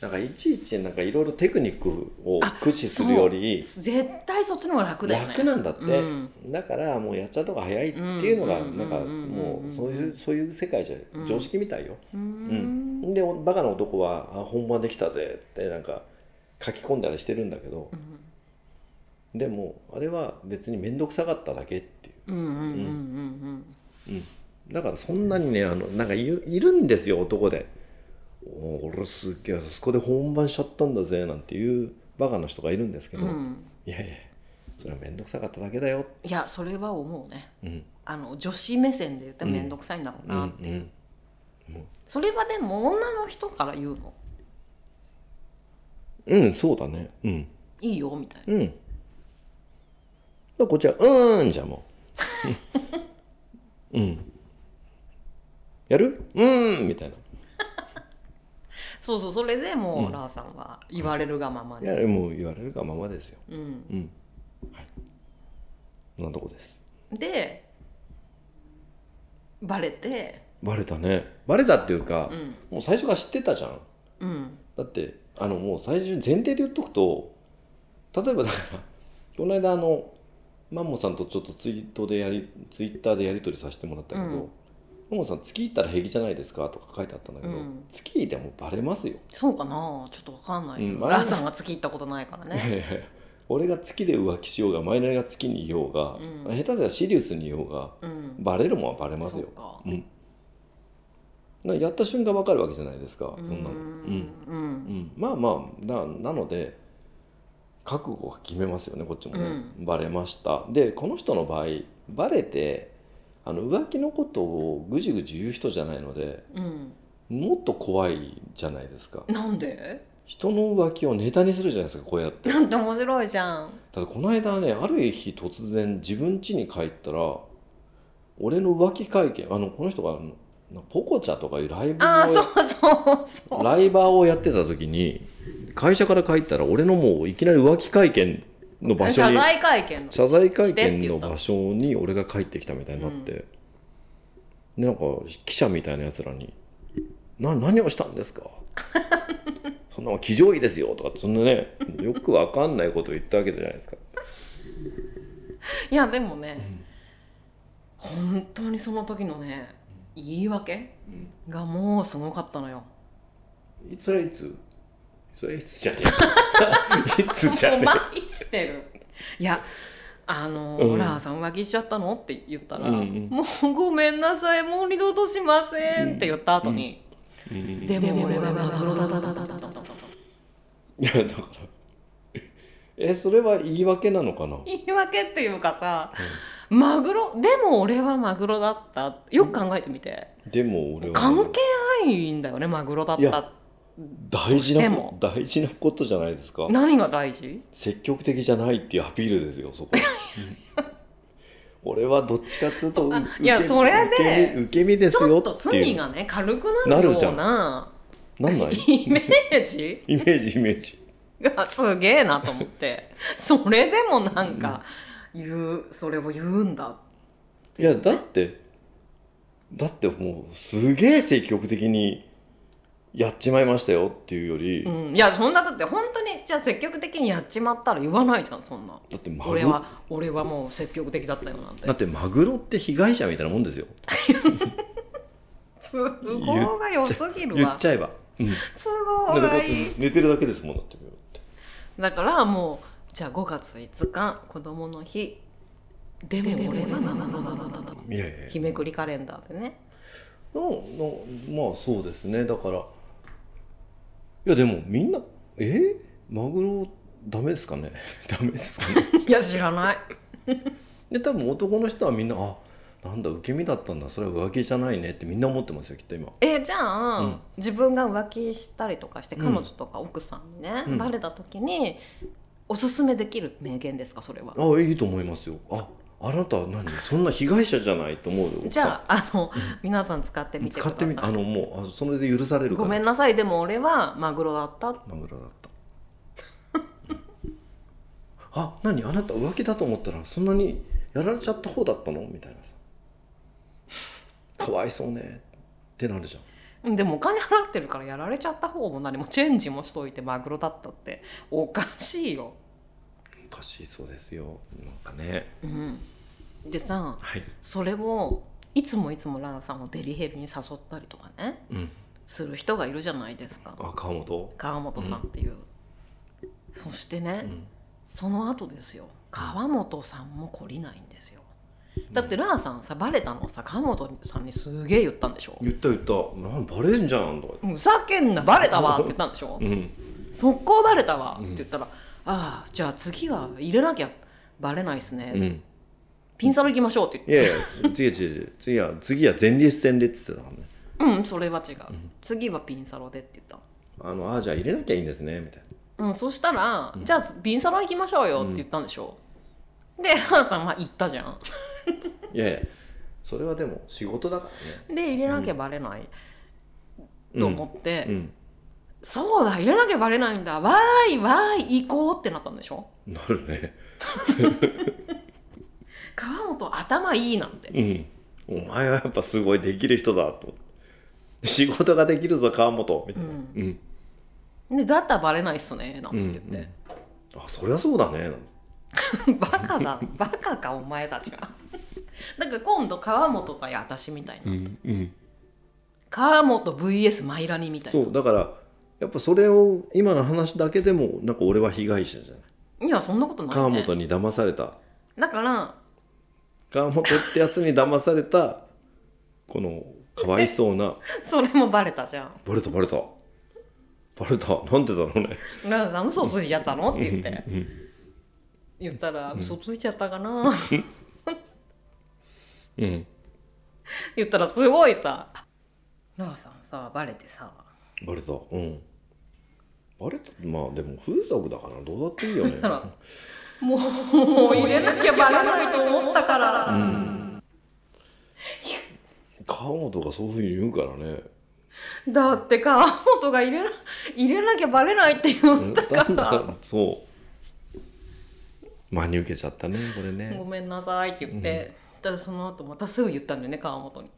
S1: なんかいちいちなんかいろいろテクニックを
S2: な。あ
S1: 駆使するより
S2: そう絶対そっちの方が楽だよね。
S1: 楽なんだって、
S2: うん
S1: だからもうやっちゃうとが早いっていうのが
S2: うん
S1: なんか
S2: うん
S1: もうそういうそういう世界じゃ常識みたいよ、
S2: う
S1: うん
S2: ん
S1: でおバカな男は「あ本番できたぜ」ってなんか書き込んだりしてるんだけどでもあれは別に面倒くさかっただけってい
S2: うんうんうんうん
S1: うだからそんなにねあのなんかいいるんですよ男で「おー俺すっげえあそこで本番しちゃったんだぜ」なんていうバカな人がいるんですけ
S2: う
S1: ど、
S2: んうん
S1: いやいやそれは面倒くさかっただけだよ、
S2: いやそれは思うね。
S1: うん、
S2: あの女子目線で言ったら面倒くさいんだろう
S1: うん
S2: な、
S1: うん
S2: それはでも女の人から言うの
S1: うん、そうだね。うん。
S2: いいよみたいな
S1: うん。だこっちは、うーんじゃんもう。 うん。やるうーんみたいな。
S2: そうそうそれでもう、
S1: うん
S2: ラーさんは言われるがままに、
S1: いや、もう言われるがままですよ。
S2: うん、
S1: うん。はい。そんなとこです。
S2: でバレて
S1: バレたね。バレたっていうか、
S2: うん
S1: もう最初から知ってたじゃん。
S2: うん
S1: だって、あの、もう最初に前提で言っとくと、例えばだから、 この間あの、マンモさんとちょっとツイートでやり、ツイッターでやり取りさせてもらったけど、
S2: うん
S1: マンモさん月行ったら平気じゃないですかとか書いてあったんだけど、
S2: うん
S1: 月行ってもうバレますよ。
S2: そうかなちょっとわかんないよ、
S1: うん
S2: ラーさんが月行ったことないからね
S1: 俺が月で浮気しようが、マイナーが月にいようが、
S2: うん
S1: 下手すりゃシリウスにいようが、
S2: うん
S1: バレるもんはバレます
S2: そう
S1: よ。
S2: か
S1: うん。だからやった瞬間わかるわけじゃないですか、そ
S2: うんん
S1: なの。うん
S2: うん
S1: うん、まあまあななので覚悟は決めますよねこっちもね、バレましたでこの人の場合バレてあの浮気のことをぐじぐじ言う人じゃないので
S2: うん
S1: もっと怖いじゃないですか
S2: なんで
S1: 人の浮気をネタにするじゃないですかこうやって
S2: なんて面白いじゃん
S1: ただこの間ねある日突然自分家に帰ったら俺の浮気会見あのこの人があのポコチャとかいうライブを
S2: あ
S1: や
S2: あそうそうそう
S1: ライバーをやってた時に会社から帰ったら俺のもういきなり浮気会見の場所
S2: 謝
S1: に
S2: 罪会見の
S1: 謝罪会
S2: してって
S1: 見
S2: 言
S1: の
S2: った
S1: 場所に俺が帰ってきたみたいになって、でなんか記者みたいなやつらに「な何をしたん ですか? 」そんなの騎乗位ですよとかってそんなねよくわかんないことを言ったわけじゃないですか。
S2: いやでもね、本当にその時のね言い訳がもうすごかったのよ
S1: それはいつそれはいつじゃね えいつじゃね
S2: もう麻痺してるいやあの、
S1: うん
S2: ラーさん浮気しちゃったのって言ったら、
S1: うんうん
S2: もうごめんなさいもう二度としませんって言った後に、
S1: えうん
S2: でも俺はマグロだ
S1: いやだからえそれは言い訳なのかな
S2: 言い訳っていうかさ、マグロでも俺はマグロだったよく考えてみて、
S1: でも俺は
S2: 関係ないんだよねマグロだっ
S1: い
S2: た
S1: や大事なこ
S2: しても
S1: と大事なことじゃないですか
S2: 何が大事
S1: 積極的じゃないっていうアピールですよ そこうん俺はどっちかっつうとう
S2: いや
S1: 受け
S2: それで
S1: 受け身受け身で
S2: ち
S1: す
S2: ょ
S1: よ
S2: っ
S1: っ
S2: と
S1: てい
S2: 罪
S1: う
S2: がね軽くなるような
S1: なんない
S2: イメージ
S1: イメージイメージ
S2: がすげえなと思って それでもなんか言うそれを言うんだ
S1: いやだってだってもうすげえ積極的にやっちまいましたよっていうより、
S2: うん、いやそんなだって本当にじゃあ積極的にやっちまったら言わないじゃんそんな
S1: だってマグ
S2: 俺は俺はもう積極的だったよなんて
S1: だってマグロって被害者みたいなもんですよ
S2: 都合が良すぎる
S1: 言っ
S2: わ
S1: ちゃえば、うん、
S2: 都合
S1: だっ
S2: が
S1: て
S2: いい
S1: 寝てるだけですもんだってって
S2: だからもうじゃあ5月5日子供の日でも俺 はななななななな
S1: やい
S2: い
S1: やいや
S2: 日めくりカレンダーでね
S1: うんまあそうですねだからいやでもみんなえマグロダメですかね ダメですかね
S2: いや知らない
S1: で多分男の人はみんなあなんだ受け身だったんだそれは浮気じゃないねってみんな思ってますよきっと今
S2: えじゃあ、
S1: うん
S2: 自分が浮気したりとかして
S1: うん
S2: 彼女とか奥さんにね、
S1: うん
S2: バレた時におすすめできる名言ですかそれは
S1: あいいと思いますよああなた何そんな被害者じゃないと思うよ
S2: じゃああの、皆さん使ってみてく
S1: 使っ
S2: だ
S1: て
S2: さい
S1: みあのもうあそれで許されるから
S2: ごめんなさいでも俺はマグロだった
S1: マグロだった。 あ、何あなた浮気だと思ったらそんなにやられちゃった方だったのみたいなさ。かわいそうねってなるじゃん。
S2: でもお金払ってるからやられちゃった方も何もチェンジもしといてマグロだったっておかしいよ、
S1: おかしいそうですよ。なんかね。
S2: うん、でさ
S1: はい。
S2: それをいつもいつもランさんをデリヘルに誘ったりとかね
S1: うん。
S2: する人がいるじゃないですか
S1: あ、川本。
S2: 川本さんっていう、そしてね、
S1: うん。
S2: その後ですよ川本さんも懲りないんですよだってランさんさバレたのさ川本さんにすげえ言ったんでしょ
S1: 言った言った。なんバレんじゃんとか。
S2: ふざけんなバレたわって言ったんでしょ
S1: うん。
S2: 速攻バレたわって言ったら、ああじゃあ次は入れなきゃバレないっすね、
S1: うん。
S2: ピンサロ行きましょうって
S1: い
S2: 言って
S1: やいや、つ次は次は次は次は前立腺でって言ってたからね。
S2: うんそれは違う、次はピンサロでって言った
S1: あの、あ、じゃあ入れなきゃいいんですねみたいな。
S2: のうんそしたら、じゃあピンサロ行きましょうよって言ったんでしょ、でハンさんは行ったじゃん
S1: いやいや、それはでも仕事だからね。
S2: で入れなきゃバレない、
S1: うん
S2: と思って、
S1: うん。
S2: そうだ入れなきゃバレないんだわーいわーい行こうってなったんでしょ
S1: なるね。
S2: 川本頭いいなんて
S1: うん、お前はやっぱすごいできる人だと仕事ができるぞ川本みたいな、うん
S2: でだったらバレないっすねなんつって言って、
S1: あそりゃそうだねなんて
S2: バカだバカかお前たちが なんか今度川本が私みたいな、川本 VS マイラニみたい
S1: そうだからやっぱそれを今の話だけでもなんか俺は被害者じゃない
S2: ないやそんなことな
S1: 川
S2: い、ね、
S1: 本に騙された
S2: だから
S1: 川本ってやつに騙された このかわいそうな
S2: それもバレたじゃん
S1: バレたバレたバレたなんでだろうね
S2: 「ランさん嘘ついちゃったの?」って言って言ったら「嘘ついちゃったかな?」
S1: うん
S2: 言ったらすごいさ「ランさんさバレてさ
S1: バレたうんバレたまあでも風俗だからどうだっていいよね
S2: だからもうもう入れなきゃバレないと思ったから」
S1: 川本がそういうふうに言うからね
S2: だって川本が入れな入れなきゃバレないって言ったから。
S1: そう真に受けちゃったねこれね
S2: ごめんなさいって言って、ただその後またすぐ言ったんだよね川本に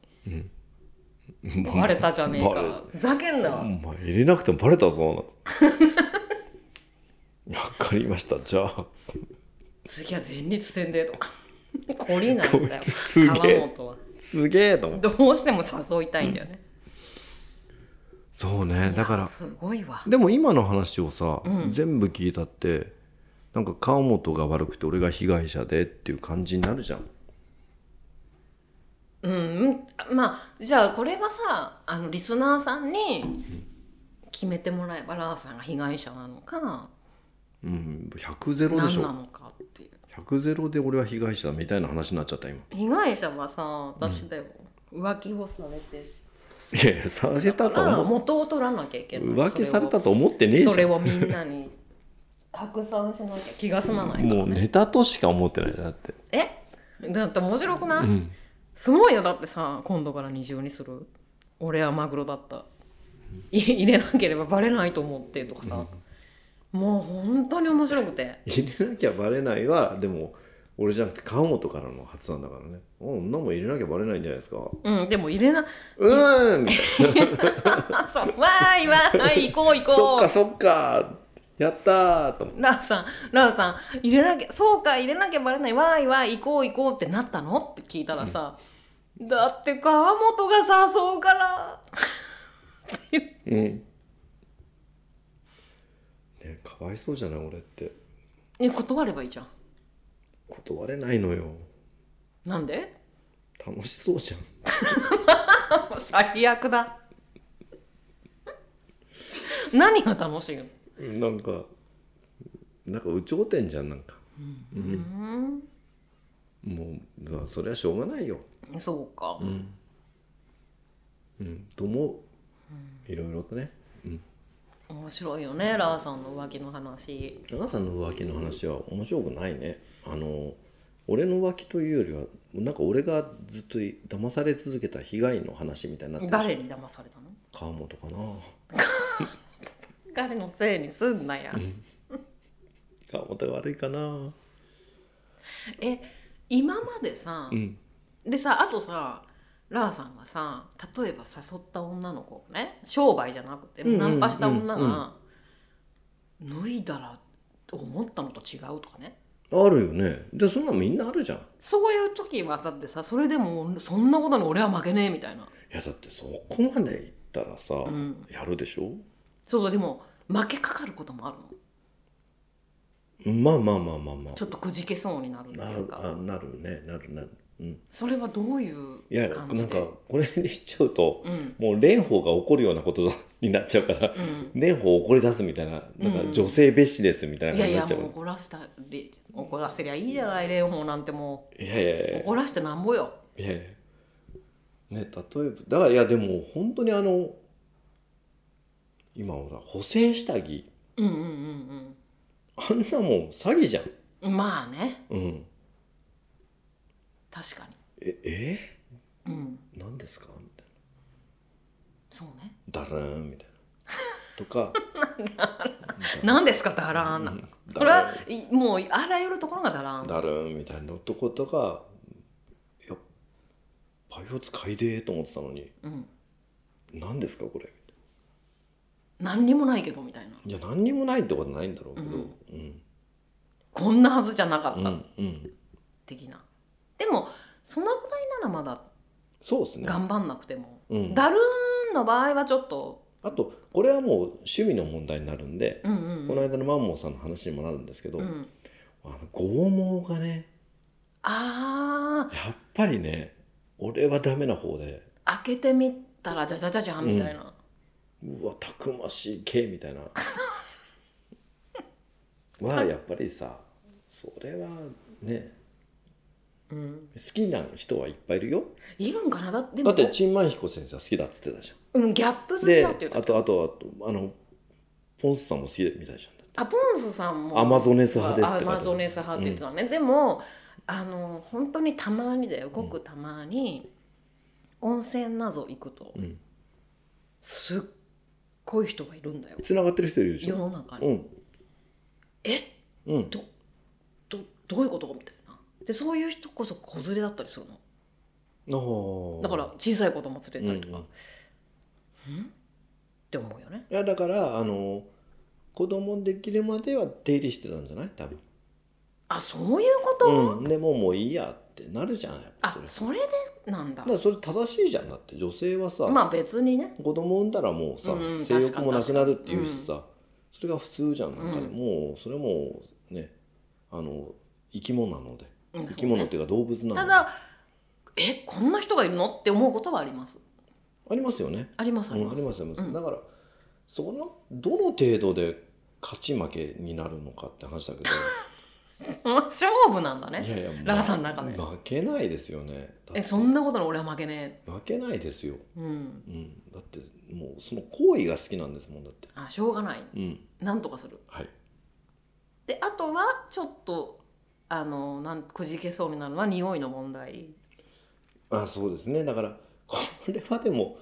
S2: バレたじゃねえ
S1: バレ
S2: かふざけんなわ、
S1: お前入れなくてもバレたぞなんてわかりましたじゃあ
S2: 次は前立腺でとか懲りないん
S1: こ
S2: だよ
S1: いつすげえ
S2: 川本は
S1: すげえと思って
S2: どうしても誘いたいんだよね、
S1: そうねだから
S2: すごいわ
S1: でも今の話をさ、全部聞いたってなんか川本が悪くて俺が被害者でっていう感じになるじゃん
S2: まあじゃあこれはさあのリスナーさんに決めてもらえばラーさんが被害者なのか
S1: うん100ゼロでし
S2: 何な
S1: ょ
S2: のかっていう
S1: 100ゼロで俺は被害者だみたいな話になっちゃった今
S2: 被害者はさ私だよ、浮気をされて
S1: いやいやさせたと
S2: ああ
S1: 思う
S2: 元を取らなきゃいけない
S1: 浮気され
S2: そを
S1: たと思ってねえじゃ
S2: そ
S1: ん
S2: れをみんなに拡散しなきゃ気が済まないから
S1: もうネタとしか思ってないだって
S2: えだって面白くない、すごいよだってさ今度から二重にする俺はマグロだったい入れなければバレないと思ってとかさ、もう本当に面白くて
S1: 入れなきゃバレないはでも俺じゃなくて川本からの発案だからね女も入れなきゃバレないんじゃないですか
S2: うん、でも入れな、
S1: うーんみたい
S2: あ、そう、わーいわーい、行こう行
S1: なそっかそっ
S2: こ
S1: かやったーと思って
S2: う。ラーさん、ラーさん、入れなきゃ、そうか、入れなきゃバレない、わーいわーい、行こう行こうってなったのって聞いたらさ、だって川本が誘うから。っていう
S1: うんねかわいそうじゃない俺って
S2: え、断ればいいじゃん。
S1: 断れないのよ
S2: なんで
S1: 楽しそうじゃん
S2: 最悪だ。何が楽しいの
S1: なんか、なんか有頂天じゃん、なんか。うんもう、まあそれはしょうがないよ。
S2: そうか、
S1: うん、と思う。いろいろとね。うん。
S2: 面白いよねラーさんの浮気の話
S1: 長さんの浮気の話は面白くないね。あの、俺の浮気というよりは、なんか俺がずっと騙され続けた被害の話みたいになってる
S2: 誰に騙されたの
S1: 川本かな。
S2: 誰のせいにすんなや、
S1: 川本が悪いかな。
S2: え今までさ、
S1: うん。
S2: でさあとさラーさんがさ例えば誘った女の子をね商売じゃなくて
S1: うんうん
S2: ナンパした女
S1: うん
S2: が脱いだら思ったのと違うとかね
S1: あるよね。で、そんなのみんなあるじゃん。
S2: そういう時はだってさそれでもそんなことに俺は負けねえみたいない
S1: や、だってそこまで行ったらさ、
S2: ん
S1: やるでしょ
S2: そうそうでも負けかかることもあるの
S1: まあまあまあまあまあ。
S2: ちょっとくじけそうになるって
S1: ないる
S2: うか
S1: あなるねなるなる。うん、い
S2: それはどういう
S1: や
S2: 感
S1: な
S2: じ
S1: ん
S2: で
S1: かこれに言っちゃうと、
S2: うん
S1: もう蓮舫が怒るようなことになっちゃうから
S2: うん
S1: 蓮舫を怒り出すみたいななん
S2: う
S1: か
S2: ん
S1: 女性蔑視ですみたいない感じ
S2: やい
S1: にな
S2: や
S1: っちゃう。
S2: もう怒らせたり怒らせりゃいいじゃない蓮舫なんても
S1: いやいやいうやい
S2: 怒らしてなんぼよ
S1: やいやね例えばだからいやでも本当にあの今ほら補正下着
S2: うんうんうん
S1: あんなもん詐欺じゃん。
S2: うんまあね
S1: うん、
S2: 確かに
S1: ええ
S2: うん
S1: 何ですかみたい
S2: そうね
S1: な。だらーんみたいな。と か。
S2: 何ですかダラーンなのこれはいもうあらゆるところがダラーン
S1: なるみたいな男とかいやパイオツ買いでーと思ってたのに
S2: うん
S1: 何ですかこれ
S2: 何にもないけどみたいない
S1: や何にもないってことないんだろうけどうん
S2: こんなはずじゃなか
S1: う
S2: っ
S1: んう
S2: た
S1: ん、
S2: 的なでもそのぐらいならまだ
S1: そうですね
S2: 頑張んなくても
S1: うん
S2: ダルーンの場合はちょっと
S1: あとこれはもう趣味の問題になるんで、
S2: うんう
S1: こ
S2: ん
S1: の間のマンモーさんの話にもなるんですけど、
S2: うんうん
S1: あの剛毛がね
S2: あ
S1: やっぱりね俺はダメな方で
S2: あ開けてみたらじゃじゃじゃじゃんみたいな
S1: うわたくましい系みたい なはやっぱりさそれはね
S2: うん
S1: 好きな人はいっぱいいるよ
S2: いるんかなだってで
S1: だ
S2: も
S1: ってチンマンヒコ先生は好きだっつってたじゃ
S2: うんギャップ好
S1: ん
S2: き
S1: で
S2: だ
S1: あ
S2: って言ってた
S1: とあとあとあのポンスさんも好きみたいじゃ
S2: あポンスさんも
S1: んアマゾネス派ですって
S2: アマゾ
S1: 書いて
S2: ネス派って言ってたね、でもあの本当にたまにだよごくたまに、温泉など行くと、
S1: ん
S2: すっごい人がいるんだよ
S1: つながってる人いるでし
S2: 世
S1: ょ
S2: の中に、
S1: うん
S2: え
S1: うん
S2: どどどういうことみたいなでそういう人こそ子連れだったりするのだ
S1: だ
S2: から小さい子供連れたりとか、
S1: うんうん
S2: んって思うよね
S1: いやだからあの子供できるまでは出入りしてたんじゃない多分
S2: あそういうこと、
S1: うんでももういいやってなるじゃんやっぱ
S2: あ
S1: それ
S2: それでなんだ
S1: だからそれ正しいじゃんだって女性はさ、
S2: まあ別にね
S1: 子供産んだらもうさ、
S2: うんうん
S1: 性欲もなくなるっていうしさ、それが普通じゃんなんかね、
S2: うん
S1: もうそれもねあの生き物なので、
S2: うんそうね
S1: 生き物っていうか動物なので
S2: ただえこんな人がいるのって思うことはあります
S1: ありますよね
S2: あります
S1: う
S2: あ
S1: ん
S2: り
S1: あ
S2: ます、
S1: りますよ、
S2: うん
S1: だからそのどの程度で勝ち負けになるのかって話だけ ど
S2: うん 勝負なんだ
S1: い
S2: ね
S1: やいや
S2: ラガさんの中で
S1: 負けないですよねだって
S2: えそんなことに俺は負けね
S1: 負けないですよ、
S2: えうん
S1: うん、だってもうその行為が好きなんですもんだって
S2: あしょうがない
S1: うん
S2: なんとかする
S1: はい
S2: であとはちょっとあのなんくじけそうになるのは匂いの問題
S1: あそうですねだからこれはでも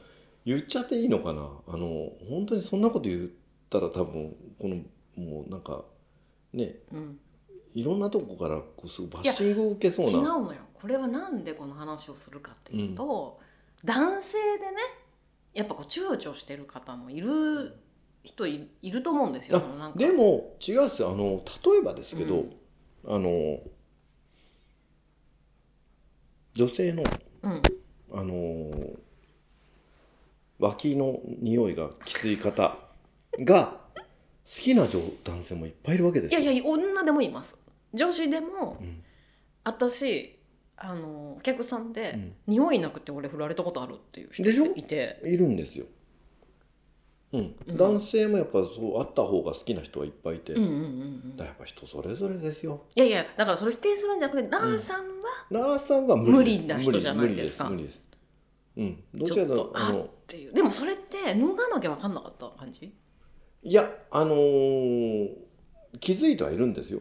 S1: 言っちゃっていいのかなあの本当にそんなこと言ったら多分このもうなんかね
S2: うん
S1: いろんなとこからこうすごいバッシングを受けそう
S2: 違う
S1: な
S2: のよこれはなんでこの話をするかっていうと、男性でねやっぱこう躊躇してる方もいる人いいると思うんですよ
S1: あ
S2: そのなんか
S1: でも違うっすよあの例えばですけど、
S2: うん
S1: あの女性の
S2: うん
S1: あの脇の匂いがきつい方が好きな女男性もいっぱいいるわけです
S2: い
S1: よ。
S2: やいや女でもいます女子でも、
S1: うん
S2: 私あのお客さんで、
S1: うん
S2: 匂いなくて俺振られたことあるっていう人
S1: でしょ
S2: いて
S1: いるんですよ。うん、
S2: うん
S1: 男性もやっぱそうあった方が好きな人はいっぱいいて、
S2: うん
S1: だ
S2: うんうんうん
S1: からやっぱ人それぞれですよ。
S2: いやいやだからそれ否定するんじゃなくてラーさんは、
S1: ラーさんはです
S2: 無理な人じゃないですか
S1: 無理です。無理ですうん、ど
S2: ち
S1: ちら
S2: ょっ
S1: かという
S2: と
S1: とあ
S2: あっ
S1: の
S2: ていうでもそれって脱がなきゃ分かんなかった感じ
S1: いやあのー気づいてはいるんですよ。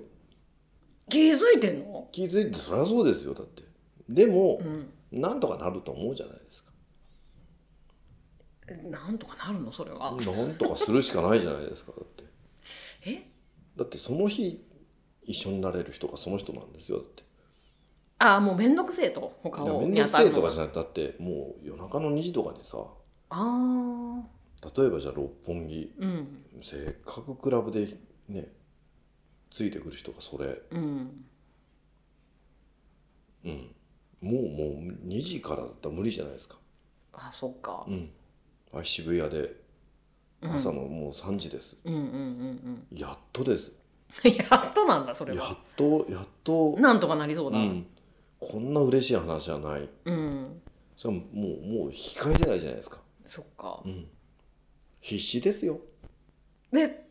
S2: 気づいてんの
S1: 気づいてそりゃそうですよだって。でも
S2: う、ん
S1: なんとかなると思うじゃないですか。
S2: なんとかなるのそれは、
S1: なんとかするしかないじゃないですかだって
S2: え
S1: だってその日一緒になれる人がその人なんですよだって
S2: ああもう面倒くせえと他
S1: いや
S2: を
S1: 面
S2: や
S1: 倒
S2: っ
S1: くせえ
S2: たる
S1: と
S2: の
S1: か
S2: は
S1: じゃなくてだってもう夜中の2時とかにさ
S2: あー
S1: 例えばじゃあ六本木
S2: うん
S1: せっかくクラブでねついてくる人がそれ
S2: うん
S1: うんもうもう2時からだったら無理じゃないですか
S2: あそっか、
S1: うんあ渋谷で
S2: うん
S1: 朝のもう3時です、
S2: うんうんうん
S1: やっとです
S2: うん やっとなんだそれ
S1: や
S2: は
S1: っとやっと、
S2: なんとかなりそう
S1: う
S2: だうん、
S1: ん、こんな嬉しい話じゃないそれはもうもう控えてないじゃないですか、
S2: そっか
S1: うん、必死ですよ
S2: で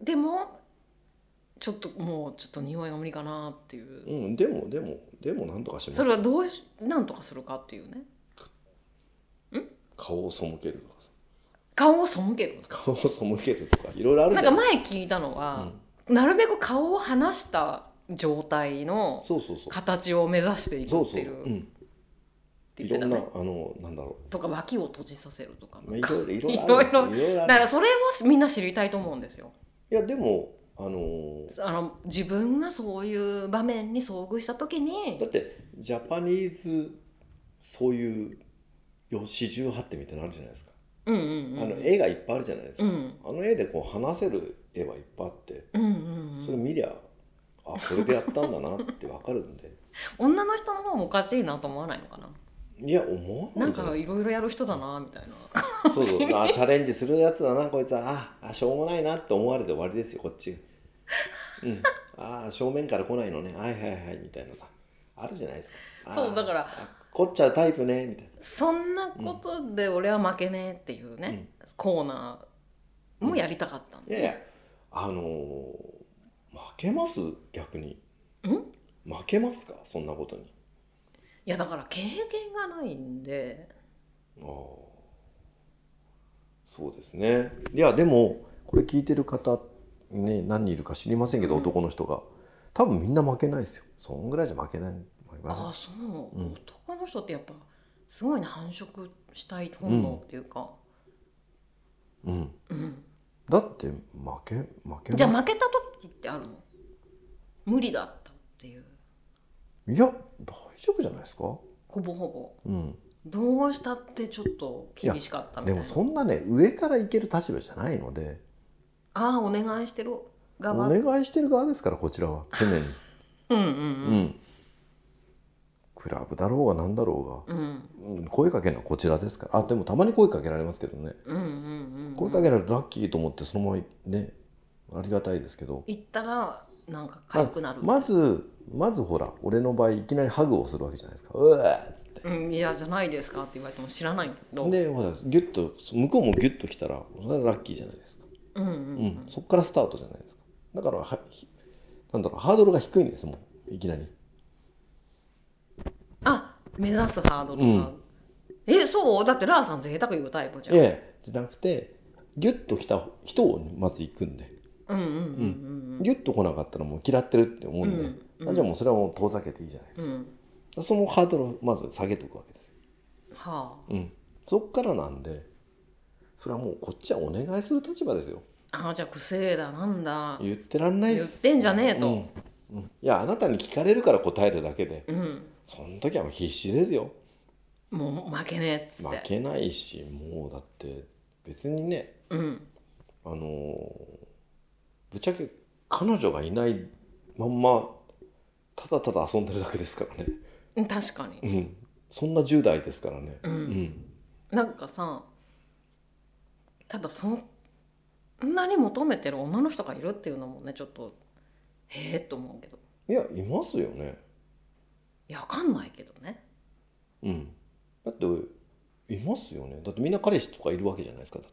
S2: でもちょっともうちょっと匂いが無理かなっていう
S1: うんでもでもでもなんとかします
S2: それはどうしなんとかするかっていうね
S1: 顔を背けるとかさ
S2: 顔を背ける
S1: 顔を背けるとかいろいろある
S2: なん
S1: じゃ
S2: か
S1: ん
S2: 前聞いたのは、なるべく顔を離した状態の
S1: そうそうそう
S2: 形を目指してい
S1: そう
S2: くっ
S1: そう、
S2: ていううっ
S1: ん、
S2: て
S1: い
S2: 言って
S1: ろ
S2: た
S1: んな
S2: ね
S1: あのなんだろ
S2: とか脇を閉じさせるとか
S1: う、まあ、
S2: ないんか
S1: ろいろいろいろあるんです よいろいろ
S2: だ
S1: あ
S2: か
S1: る
S2: らそれをみんな知りたいと思うんですよ
S1: いやでもあのー
S2: あの自分がそういう場面に遭遇した時に
S1: だってジャパニーズそういう四十八手みたいなのあるじゃないですか、
S2: うんうんうん
S1: あの絵がいっぱいあるじゃないです
S2: う
S1: か、
S2: ん
S1: あの絵でこう話せる絵はいっぱいあって
S2: うんうん
S1: そうれ
S2: ん
S1: 見りゃあこれでやったんだなってわかる んで
S2: 女の人の方もおかしいなと思わないのかない
S1: や思わな
S2: な
S1: い
S2: ん
S1: んじゃな
S2: か
S1: い
S2: いろいろやる人だなみたいな
S1: そうそうあチャレンジするやつだなこいつはああしょうもないなって思われて終わりですよこっちうんああ正面から来ないのねはいはいはいみたいなさあるじゃないですかあー
S2: そうだから
S1: あ凝っちゃうタイプねみたい
S2: そんなことで俺は負けねえっていうね、コーナーもやりたかったん
S1: な
S2: で、
S1: いやいやあのー負けます逆に
S2: んい
S1: 負けますかそんなことに
S2: やだから経験がないんで
S1: ああそうですねいやでもこれ聞いてる方ね何人いるか知りませんけど、
S2: うん
S1: 男の人が多分みんな負けないですよそんぐらいじゃ負けない負けません
S2: ああそう、
S1: うん
S2: 男の人ってやっぱすごいね繁殖したい本能っていうか、
S1: うん
S2: うん
S1: だって負け負け
S2: じゃあ
S1: ま
S2: 負けた時ってあるの無理だったっていう
S1: いや大丈夫じゃないですか
S2: ほぼほぼ
S1: うん
S2: どうしたってちょっと厳しかったみた
S1: で
S2: いな
S1: もそんなね上からいける立場じゃないので
S2: ああお願いしてる
S1: お
S2: 側
S1: 願いしてる側ですからこちらは常に
S2: うんうん
S1: うん、クラブだろうが何だろう
S2: うんうん
S1: が、うん声かけるのはこちらですからあでもたまに声かけられますけどね
S2: うんうんうん
S1: 声かけられるとラッキーと思ってそのままねありがたいですけど
S2: 行ったらなんか痒くなる、
S1: まずまずほら俺の場合いきなりハグをするわけじゃないですか「うわ!」っつって
S2: うん、いやじゃないですかって言われても知らないけど、
S1: でほらギュッと向こうもギュッと来たらそれはラッキーじゃないですか、
S2: うんう
S1: うん
S2: ん、
S1: そこからスタートじゃないですかだからはひなんだろうハードルが低いんですもういきなり
S2: あ目指すハードルが、
S1: うん
S2: えそうだってラーさん贅沢言うタイプじゃん、
S1: ええじゃなくてギュッと来た人をまず行くんで
S2: うんうんうん
S1: ギュッと来なかったらもう嫌ってるって思うんで、あじゃあもうそれはもう遠ざけていいじゃないで
S2: うんう
S1: すか、
S2: ん
S1: そのハードルをまず下げておくわけですよ
S2: は
S1: うん、そっからなんでそれはもうこっちはお願いする立場ですよ
S2: ああーじゃあ癖だなんだ
S1: 言ってらんないっ
S2: 言っ
S1: す
S2: てんじゃねえと、
S1: うんうんいやあなたに聞かれるから答えるだけで
S2: うん
S1: その時はもう必死ですよ
S2: もう負けねえっつっ
S1: 負
S2: て
S1: けないしもうだって別にね
S2: うん
S1: あのーぶっちゃけ彼女がいないまんまただただ遊んでるだけですからね、
S2: うん確かに
S1: うん、そんな10代ですからね、
S2: うんなんかさただそんなに求めてる女の人がいるっていうのもねちょっとへえと思うけど
S1: いやいますよね、
S2: いやわかんないけどね
S1: うん、だっていますよねだってみんな彼氏とかいるわけじゃないですかだっ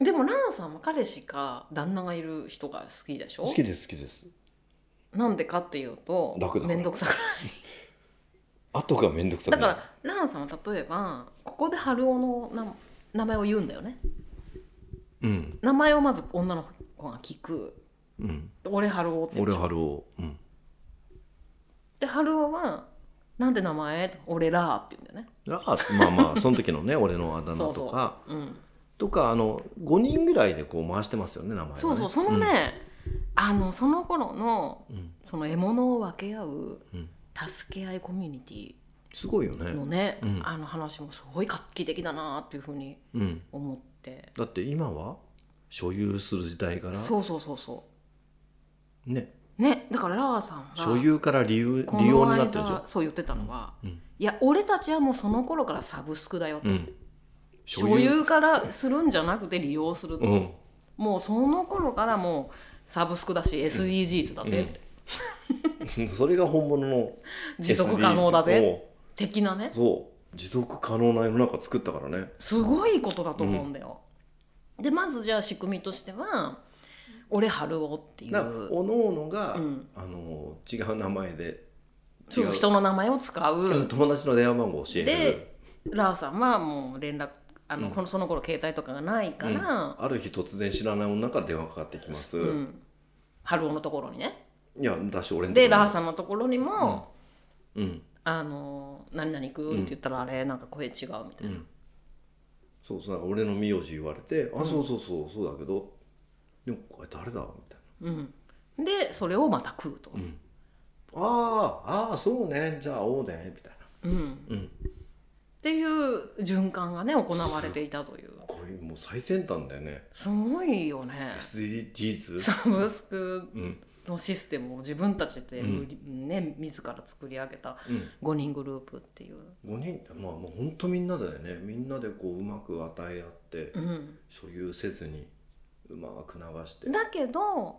S1: て
S2: でもランさんは彼氏か旦那がいる人が好きでしょ
S1: 好きです好きです
S2: なんでかっていうと
S1: 楽だから
S2: 面倒くさく
S1: 後がめんどくさ
S2: だ
S1: く
S2: か
S1: なる
S2: らランさんは例えばここで春男のな名前を言うんだよね
S1: うん
S2: 名前をまず女の子が聞く
S1: うん
S2: 俺春男って言う
S1: 俺
S2: でしょ
S1: ハローうん
S2: で春男はなんで名前俺らって言うんだよね
S1: あまあまあその時のね 俺のあだ名とか
S2: そううん
S1: とかあの5人ぐらいでこう回してますよね名前をね
S2: そうそうそのね、あのその頃の
S1: うんうん
S2: その獲物を分け合う
S1: うん
S2: 助け合いコミュニティ
S1: すごいよね
S2: のね、
S1: うん
S2: あの話もすごい画期的だなっていうふうに
S1: うん
S2: 思って
S1: だって今は所有する時代から
S2: そうそうそうそ
S1: ね
S2: うねだからラーさんが
S1: 所有から理由
S2: こ
S1: 利
S2: の
S1: 用になってるでし
S2: 間そう言ってたのは、
S1: うんうん
S2: いや俺たちはもうその頃からサブスクだよと、
S1: ょ、うん、
S2: 所有からするんじゃなくて利用すると、
S1: うん
S2: もうその頃からもうサブスクだし SDGs だぜ、って
S1: うんそれが本物の
S2: 持続可能だ
S1: SDGs
S2: ぜ
S1: を
S2: 的なね
S1: そう持続可能な世の中作ったからね
S2: すごいことだと思うんだよ。でまずじゃあ仕組みとしては「俺春男」ってい
S1: だから
S2: う
S1: おのおのが、
S2: うん
S1: あの違う名前で
S2: そう
S1: 違う
S2: 人の名前を使
S1: 違う
S2: う。
S1: 友達の電話番号を教えてる
S2: でラーさんはもう連絡あの、
S1: うん
S2: このその頃携帯とかがないか
S1: うん
S2: ら、
S1: ある日突然知らない女から電話かかってきます、
S2: うん春男のところにね。
S1: いやだし俺の
S2: で
S1: とこ
S2: ラーさんのところにも
S1: うん
S2: 「あの何々行く?」って言ったら、あれなんか声違うみた
S1: う
S2: いな。
S1: ん、そうそうなんか俺の名字言われて「あそうそうそうそうだけどでもこれ誰だ?」みたい
S2: うんでそれをまた食うと。
S1: んな「ああああそうねじゃあ会おうね」みたいな
S2: うん
S1: うん
S2: っていう循環がね行われていたという。
S1: こういうもう最先端だよね
S2: すごいよね。
S1: SDGs
S2: サブスク
S1: うん
S2: のシステムを自分たちで、ね自ら作り上げた
S1: うん
S2: 5人グループっていう、
S1: 5人まあもうほんとみんなだよねみんなでこううまく与え合って
S2: うん、
S1: 所有せずにうまく流して
S2: だけど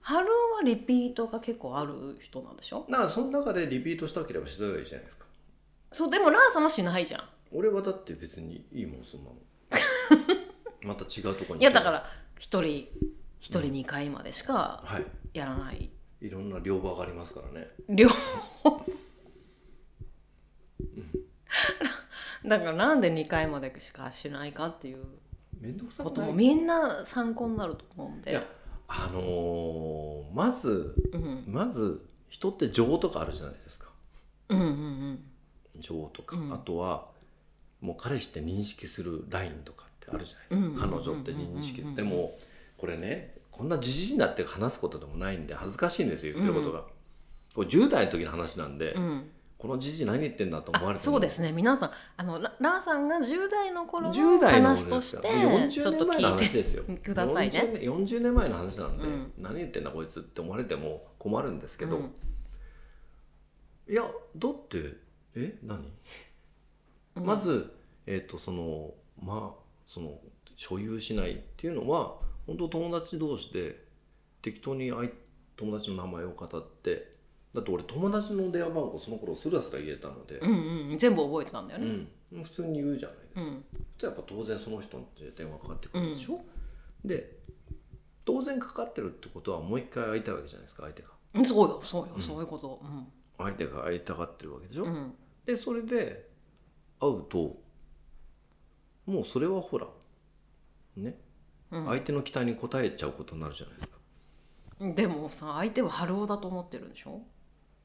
S2: 春雄はリピートが結構ある人なんでしょ
S1: だからその中でリピートしたければしたらいいじゃないですか
S2: そうでもラーさんはしないじゃん
S1: 俺はだって別にいいもんそんな のまた違うとこに行けば
S2: いやだから一人一人2回までしか
S1: はい
S2: やらない、
S1: いろんな両場がありますからね。
S2: 両方だからなんで2回までしかしないかっていう
S1: めんどくさ
S2: こ
S1: く
S2: と
S1: な
S2: も
S1: い。
S2: みんな参考になると思うん
S1: い
S2: で
S1: や、あのーまず、
S2: うん、
S1: まず、人って情とかあるじゃないですか。
S2: うんうんうん
S1: 情とか、
S2: うん
S1: あとは、もう彼氏って認識するラインとかってあるじゃ
S2: う
S1: ない
S2: ん
S1: ですか。彼女って認識
S2: うんうんうんうん
S1: でも、これね、こんなじじいになって話すことでもないんで、恥ずかしいんですよ、言ってることが。これ10代の時の話なんで、
S2: うん、
S1: このじじい何言ってんだと思わ
S2: あ
S1: れて。
S2: そうですすね皆さんあのララーさんが10代の頃
S1: 10
S2: の
S1: 代の
S2: 話とし
S1: 俺で
S2: て
S1: す
S2: ち
S1: から
S2: ょっと
S1: 40年前の
S2: 聞い
S1: 話
S2: て
S1: ですよ
S2: くださいね
S1: 40年 ,40 年前の話なんで、
S2: うん
S1: 何言ってんだこいつって思われても困るんですけど、
S2: うん
S1: いやだってえ何、
S2: うん
S1: まずえっ、とそのまあその所有しないっていうのは本当友達同士で適当に相友達の名前を語ってだって俺友達の電話番号その頃すらすら言えたので、
S2: うんうん、全部覚えてたんだよね、
S1: うん普通に言うじゃないです
S2: う
S1: か。や
S2: ん
S1: っぱ当然その人に電話かかってくるでしょ、で当然かかってるってことはもう一回会いたいわけじゃないですか相手が
S2: うん、そうよそうよ、
S1: うん
S2: そういうこと、う
S1: 相手が会いたがってるわけでしょ、
S2: んうん、
S1: でそれで会うともうそれはほらね、
S2: うん
S1: 相手の期待に応えちゃうことになるじゃないですか
S2: でもさ相手は春男だと思ってるんでしょ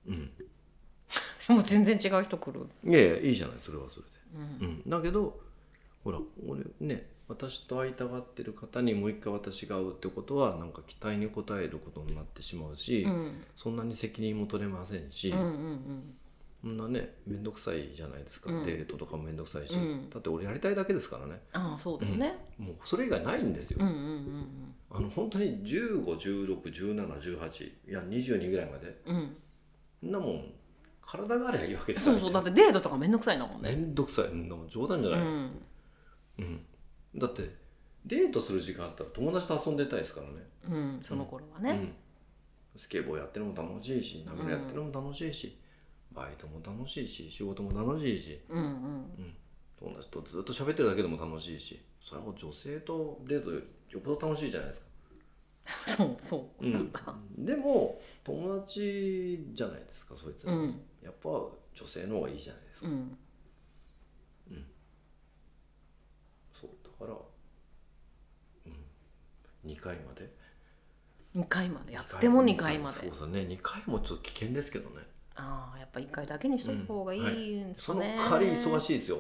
S1: うん
S2: でも全然違う人来る
S1: いやいやいいじゃないそれはそれで、
S2: う
S1: うんだけどほら俺ね私と会いたがってる方にもう一回私が会うってことはなんか期待に応えることになってしまうし、
S2: うん
S1: そんなに責任も取れませんし、
S2: うんうん
S1: そんなね面倒くさいじゃないですか、
S2: うん
S1: デートとかも面倒くさいし、
S2: うん
S1: だって俺やりたいだけですからね
S2: ああそうですね、
S1: もうそれ以外ないんですよ、
S2: うん、うんうん
S1: あの本当に15161718いや22ぐらいまで
S2: うんうん
S1: そんなもん体がありゃいいわけです
S2: そうそうだってデートとかめんどくさいんだもんね
S1: 面倒くさいんなもん冗談じゃ
S2: う
S1: ない、
S2: ん
S1: だってデートする時間あったら友達と遊んでたいですからね
S2: うんその頃は
S1: う
S2: ね
S1: ん、スケボーやってるのも楽しいし波のやってるのも楽しいし、バイトも楽しいし仕事も楽しいし
S2: うんうん
S1: 友達とずっと喋ってるだけでも楽しいしそれは女性とデートよりよっぽど楽しいじゃないですか、
S2: そうそうなんだ
S1: でも友達じゃないですかそいつ
S2: う
S1: は、
S2: ん
S1: やっぱ女性の方がいいじゃないですか、
S2: うん
S1: そうだから、うん、2回まで
S2: 2回までやっても2回まで
S1: そうそうね2回もちょっと危険ですけどね
S2: ああやっぱ1回だけにしといた方がいいんです
S1: そ
S2: か
S1: の
S2: ね、
S1: 代わり忙
S2: い
S1: しいですよ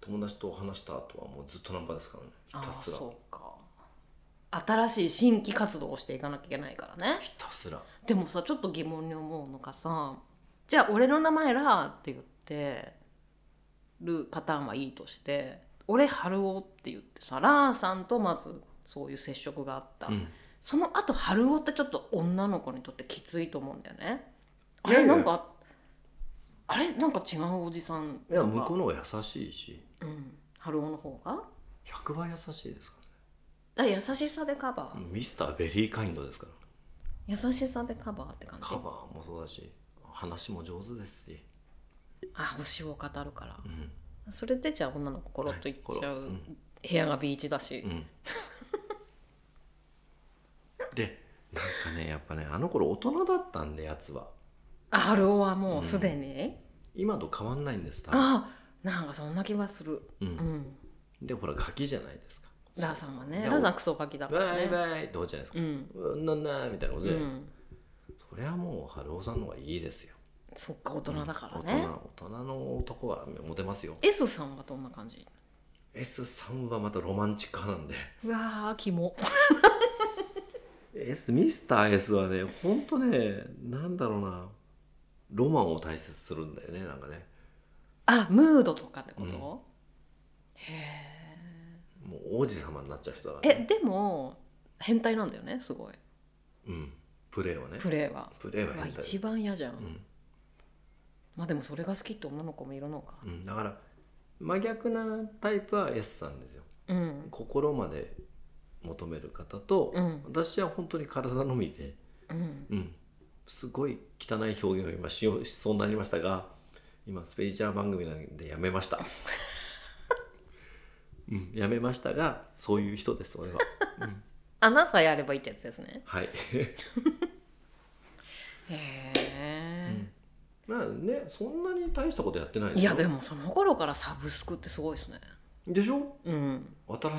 S1: 友達と話した後はもうずっとナンパですからねひ
S2: あ
S1: た
S2: あ
S1: すら
S2: そうか新しい新規活動をしていかなきゃいけないからね
S1: ひたすら
S2: でもさちょっと疑問に思うのがさじゃあ俺の名前らって言ってるパターンはいいとして俺春男って言ってさラーさんとまずそういう接触があった、
S1: うん
S2: その後春男ってちょっと女の子にとってきついと思うんだよねあ
S1: いや
S2: れ
S1: いや
S2: なんかあれなんか違うおじさん
S1: いや向こうの方が優しいし
S2: うん、春男の方が
S1: 100倍優しいですか
S2: だから優しさでカバー、
S1: らねミスターベリーカインドですから
S2: 優しさでカバーって感じ
S1: カバーもそうだし話も上手ですし
S2: あ星を語るから
S1: うん
S2: それでじゃあ女の子コロッといっちゃう、
S1: はいコロうん
S2: 部屋がビーチだし、
S1: うんでなんかねやっぱねあの頃大人だったんでやつは
S2: あ春男はもうすでに、
S1: 今と変わんないんです多分
S2: あなんかそんな気はする
S1: う
S2: うんん
S1: でほらガキじゃないですか
S2: ラーさんはね
S1: で
S2: ラーさんクソガキだから
S1: バイ
S2: ね
S1: バイってことじゃないです
S2: う
S1: か
S2: ん
S1: うんなんなーみたいなこと
S2: う
S1: じゃないですかそ
S2: ん
S1: りゃもう春雄さんの方がいいですよ
S2: そっか大人だから
S1: 大
S2: ね、
S1: 人大人の男はモテますよ
S2: S さんはどんな感じ
S1: S さんはまたロマンチック派なんで
S2: うわーキモ
S1: S ミスター S はねほんとねなんだろうなロマンを大切にするんだよねなんかね
S2: あムードとかってこと、
S1: うん
S2: へえ
S1: もう王子様になっちゃう人だから、
S2: え
S1: ね、
S2: でも変態なんだよねすごい
S1: うんプレーはね
S2: プレーは
S1: プレーは
S2: うわ
S1: 変態
S2: 一番嫌じゃん、
S1: ん
S2: まあでもそれが好きって女の子もいるのか
S1: うん、だから真逆なタイプは S さんですよ
S2: うん
S1: 心まで求める方と、
S2: うん
S1: 私は本当に体のみで
S2: うん
S1: うん、すごい汚い表現を今しようしそうになりましたが今スペーチャー番組なんでやめま した、うん、やめましたがそういう人です 俺は
S2: 穴さえあればいいってやつですね
S1: はい
S2: へ
S1: まあねそんなに大したことやってない
S2: えいやで
S1: も
S2: もその頃からサブスクってすごいですね
S1: でしょ
S2: うん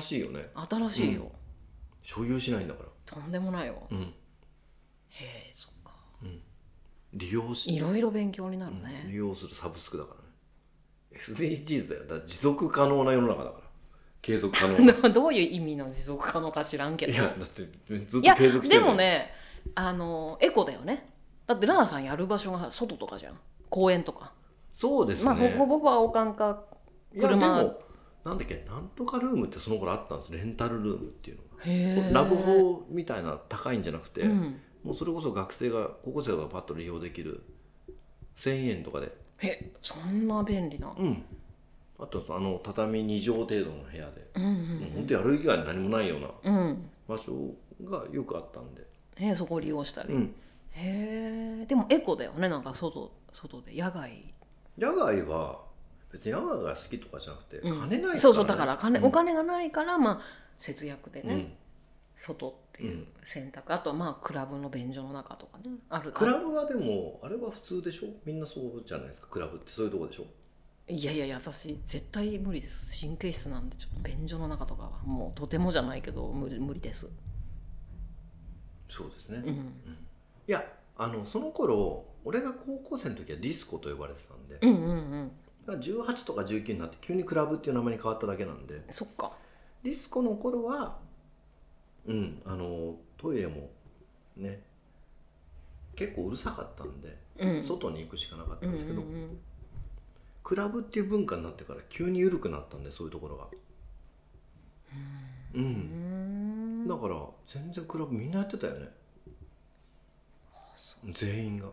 S1: 新しいよね
S2: 新しいよ、
S1: 所有しないんだから
S2: とんでもないよ、
S1: うん
S2: へえそっか
S1: 利用し
S2: いろいろ勉強になるね、
S1: 利用するサブスクだからね SDGs だよだから持続可能な世の中だから継続可能ない
S2: などういう意味の持続可能か知らんけど
S1: やだってずっ
S2: い
S1: と
S2: や
S1: 継続して
S2: で
S1: るよ
S2: もねあのエコだよねだってラナさんやる場所が外とかじゃん公園とか、
S1: そうですね、
S2: まあほほぼほぼ青缶か
S1: いやで
S2: 車
S1: もなんだっけなんとかルームってその頃あったんですレンタルルームっていうのが、
S2: へえ
S1: ラブホみたいな高いんじゃなくて、
S2: うん
S1: もうそれこそ学生が高校生がパッと利用できる1000円とかで
S2: えそんな便利な、
S1: うんあとあの畳2畳程度の部屋で、
S2: うんうん
S1: もう本当やる以外に何もないような
S2: うん
S1: 場所がよくあったんで、
S2: へえそこを利用したり、
S1: うん、
S2: へえでもエコだよねなんか外外で野外
S1: 野外は別に野外が好きとかじゃなくて、
S2: うん
S1: 金ないから、ね、
S2: そうそうだから金、
S1: うん
S2: お金がないからまあ節約でね、
S1: うん
S2: 外っていう選択、あとまあクラブの便所の中とかねある
S1: クラブはでもあれは普通でしょみんなそうじゃないですかクラブってそういうとこでしょ
S2: いやいやいや私絶対無理です神経質なんでちょっと便所の中とかはもうとてもじゃないけど無理無理です
S1: そうですね、
S2: うん、
S1: いやあのその頃俺が高校生の時はディスコと呼ばれてたんで、
S2: うんうんうん
S1: だから18とか19になって急にクラブっていう名前に変わっただけなんで
S2: そっか
S1: ディスコの頃はうんあのトイレもね結構うるさかったんで、
S2: うん
S1: 外に行くしかなかった
S2: うん
S1: ん
S2: う
S1: ですけど、
S2: んうん
S1: クラブっていう文化になってから急に緩くなったんでそういうところがう、
S2: うんん
S1: だから全然クラブみんなやってたよね全員が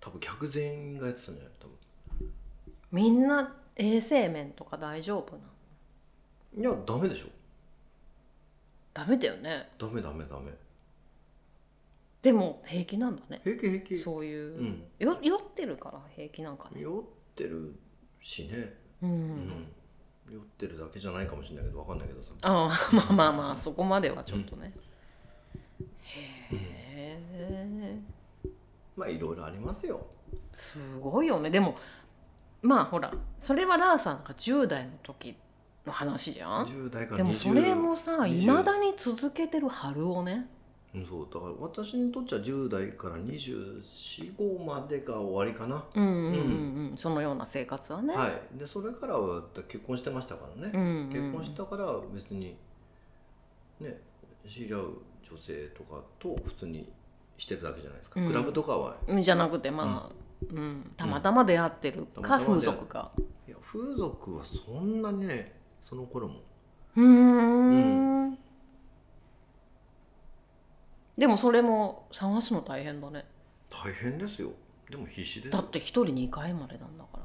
S1: 多分客全員がやってたんじゃない多分
S2: みんな衛生面とか大丈夫なの
S1: いやダメでしょ
S2: ダメだよね
S1: ダメダメダメ
S2: でも平気なんだね
S1: 平気平気
S2: そういう、
S1: うん
S2: よ酔ってるから平気なんかね
S1: 酔ってるしね、
S2: うん、
S1: うん、酔ってるだけじゃないかもしれないけど分かんないけどさ
S2: ああまあまあまあそこまではちょっとね、へえ
S1: まあいろいろありますよ
S2: すごいよねでもまあほらそれはラーさんが10代の時の話じゃん
S1: 10代から20
S2: でもそれもさ
S1: 20
S2: いまだに続けてる春をね
S1: うんそうだから私にとっては10代から245までが終わりかな、
S2: うんうんうん、うん、そのような生活はね、
S1: はいでそれからは結婚してましたからね、
S2: うんうん
S1: 結婚したから別にね知り合う女性とかと普通にしてるだけじゃないですか、
S2: うん
S1: クラブとかは
S2: うんじゃなくてまあ、うんたまたま出会ってる
S1: たま
S2: か、
S1: たま
S2: 風
S1: 出会っ
S2: 俗か
S1: いや風俗はそんなにねその頃も
S2: うーんでもそれも探すの大変だね
S1: 大変ですよでも必死です
S2: だ
S1: よ
S2: って一人2回までなんだか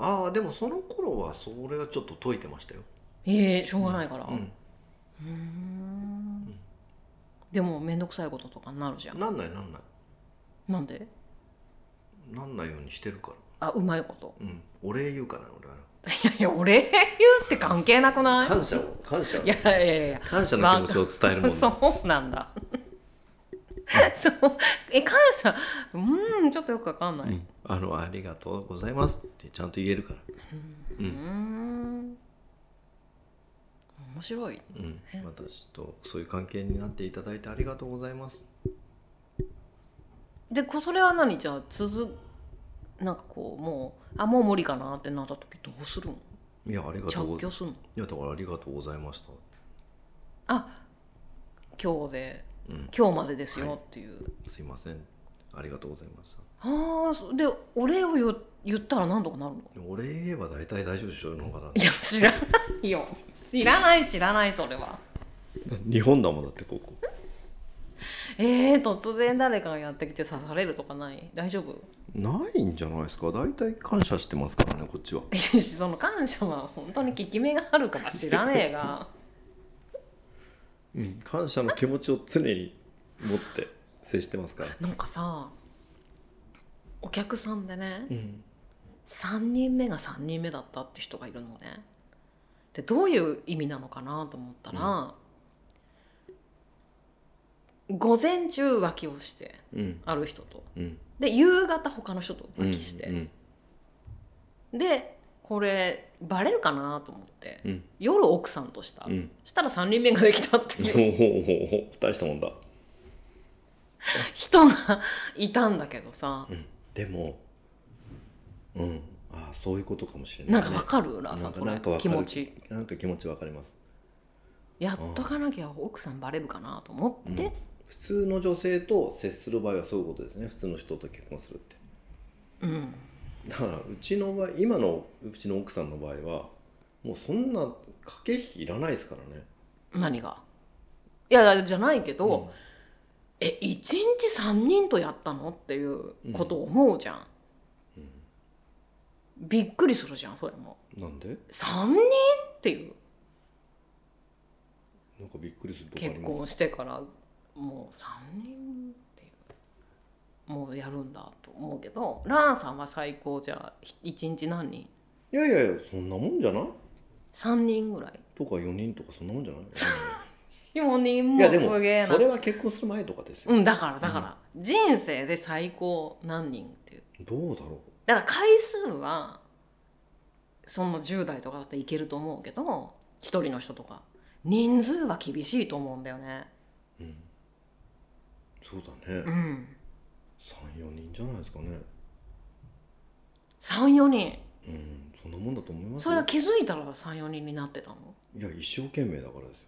S2: ら
S1: ああでもその頃はそれはちょっと解いてましたよ、
S2: ええしょうがないから、
S1: うん、
S2: うーんでも面倒くさいこととかになるじゃん
S1: なんないなんない
S2: なんで
S1: なんないようにしてるから
S2: あうまいこと
S1: うん、お礼言うかな俺はい
S2: やいや俺言うって関係なくない
S1: 感謝を感謝を
S2: いやいやいや
S1: 感謝の気持ちを伝えるもん、ね
S2: そうなんだ そうえ感謝うーんちょっとよくわかんない、
S1: うんあのありがとうございますってちゃんと言えるから、
S2: うーん面白い
S1: うん、私とそういう関係になっていただいてありがとうございます
S2: でこそれは何じゃあ続なんかこうもうあもう無理かなってなった時どうするの
S1: いやありがとうごい
S2: 着去するの
S1: やだからありがとうございました
S2: あ今日で、
S1: うん
S2: 今日までですよっていう、
S1: すいませんありがとうございました
S2: ああそでお礼を言言ったら何とかなるの
S1: お礼言えば大体大丈夫でしょうのかない
S2: や知らないよ知らない知らないそれは
S1: 日本だもんだってここ
S2: えー、突然誰かがやってきて刺されるとかない大丈夫
S1: ないんじゃないですか大体感謝してますからねこっちは
S2: その感謝は本当に効き目があるから知らねえが。
S1: うん感謝の気持ちを常に持って接してますから
S2: なんかさお客さんでね
S1: うん
S2: 3人目が3人目だったって人がいるのねでどういう意味なのかなと思ったら、午前中浮気をして
S1: うん
S2: ある人と
S1: うん
S2: で夕方他の人と浮気して、
S1: うんうん
S2: でこれバレるかなと思って、
S1: うん
S2: 夜奥さんとした、
S1: うん
S2: したら3人目ができたって
S1: ほ
S2: いうう
S1: ほうほうほう大したもんだ、
S2: 人がいたんだけどさ
S1: うん、でもうんああそういうことかもしれな、
S2: ないんかわかるラーさんそ
S1: な
S2: れ
S1: んかわか
S2: 気
S1: る
S2: 持ち
S1: なんか気持ちわかります
S2: やっとかなきゃ奥さんバレるかなと思って、
S1: 普通の女性と接する場合はそういうことですね普通の人と結婚するって
S2: うん、
S1: だからうちの場合今のうちの奥さんの場合はもうそんな駆け引きいらないですからね
S2: 何がいやじゃないけど、え一日3人とやったのっていうことを思うじゃん、びっくりするじゃんそれも
S1: なんで
S2: 3人っていう
S1: なんかびっくりするとこあり
S2: 結
S1: ます
S2: 婚してからもう3人っていうもうやるんだと思うけどランさんは最高じゃあ一日何人
S1: いやいやいやそんなもんじゃない
S2: ?3 人ぐらい
S1: とか4人とかそんなもん じゃない
S2: 4人
S1: い
S2: も
S1: やでも
S2: すげえな
S1: それは結婚する前とかですよ
S2: うんだからだから、人生で最高何人っていう
S1: どうだろ
S2: だから回数はその10代とかだったらいけると思うけど一人の人とか人数は厳しいと思うんだよね
S1: うそうだね
S2: うん
S1: 34人じゃないですかね
S2: 34人
S1: うんうん、そんなもんだと思います
S2: そ
S1: よ
S2: れが気づいたら34人になってたの
S1: いや一生懸命だからですよ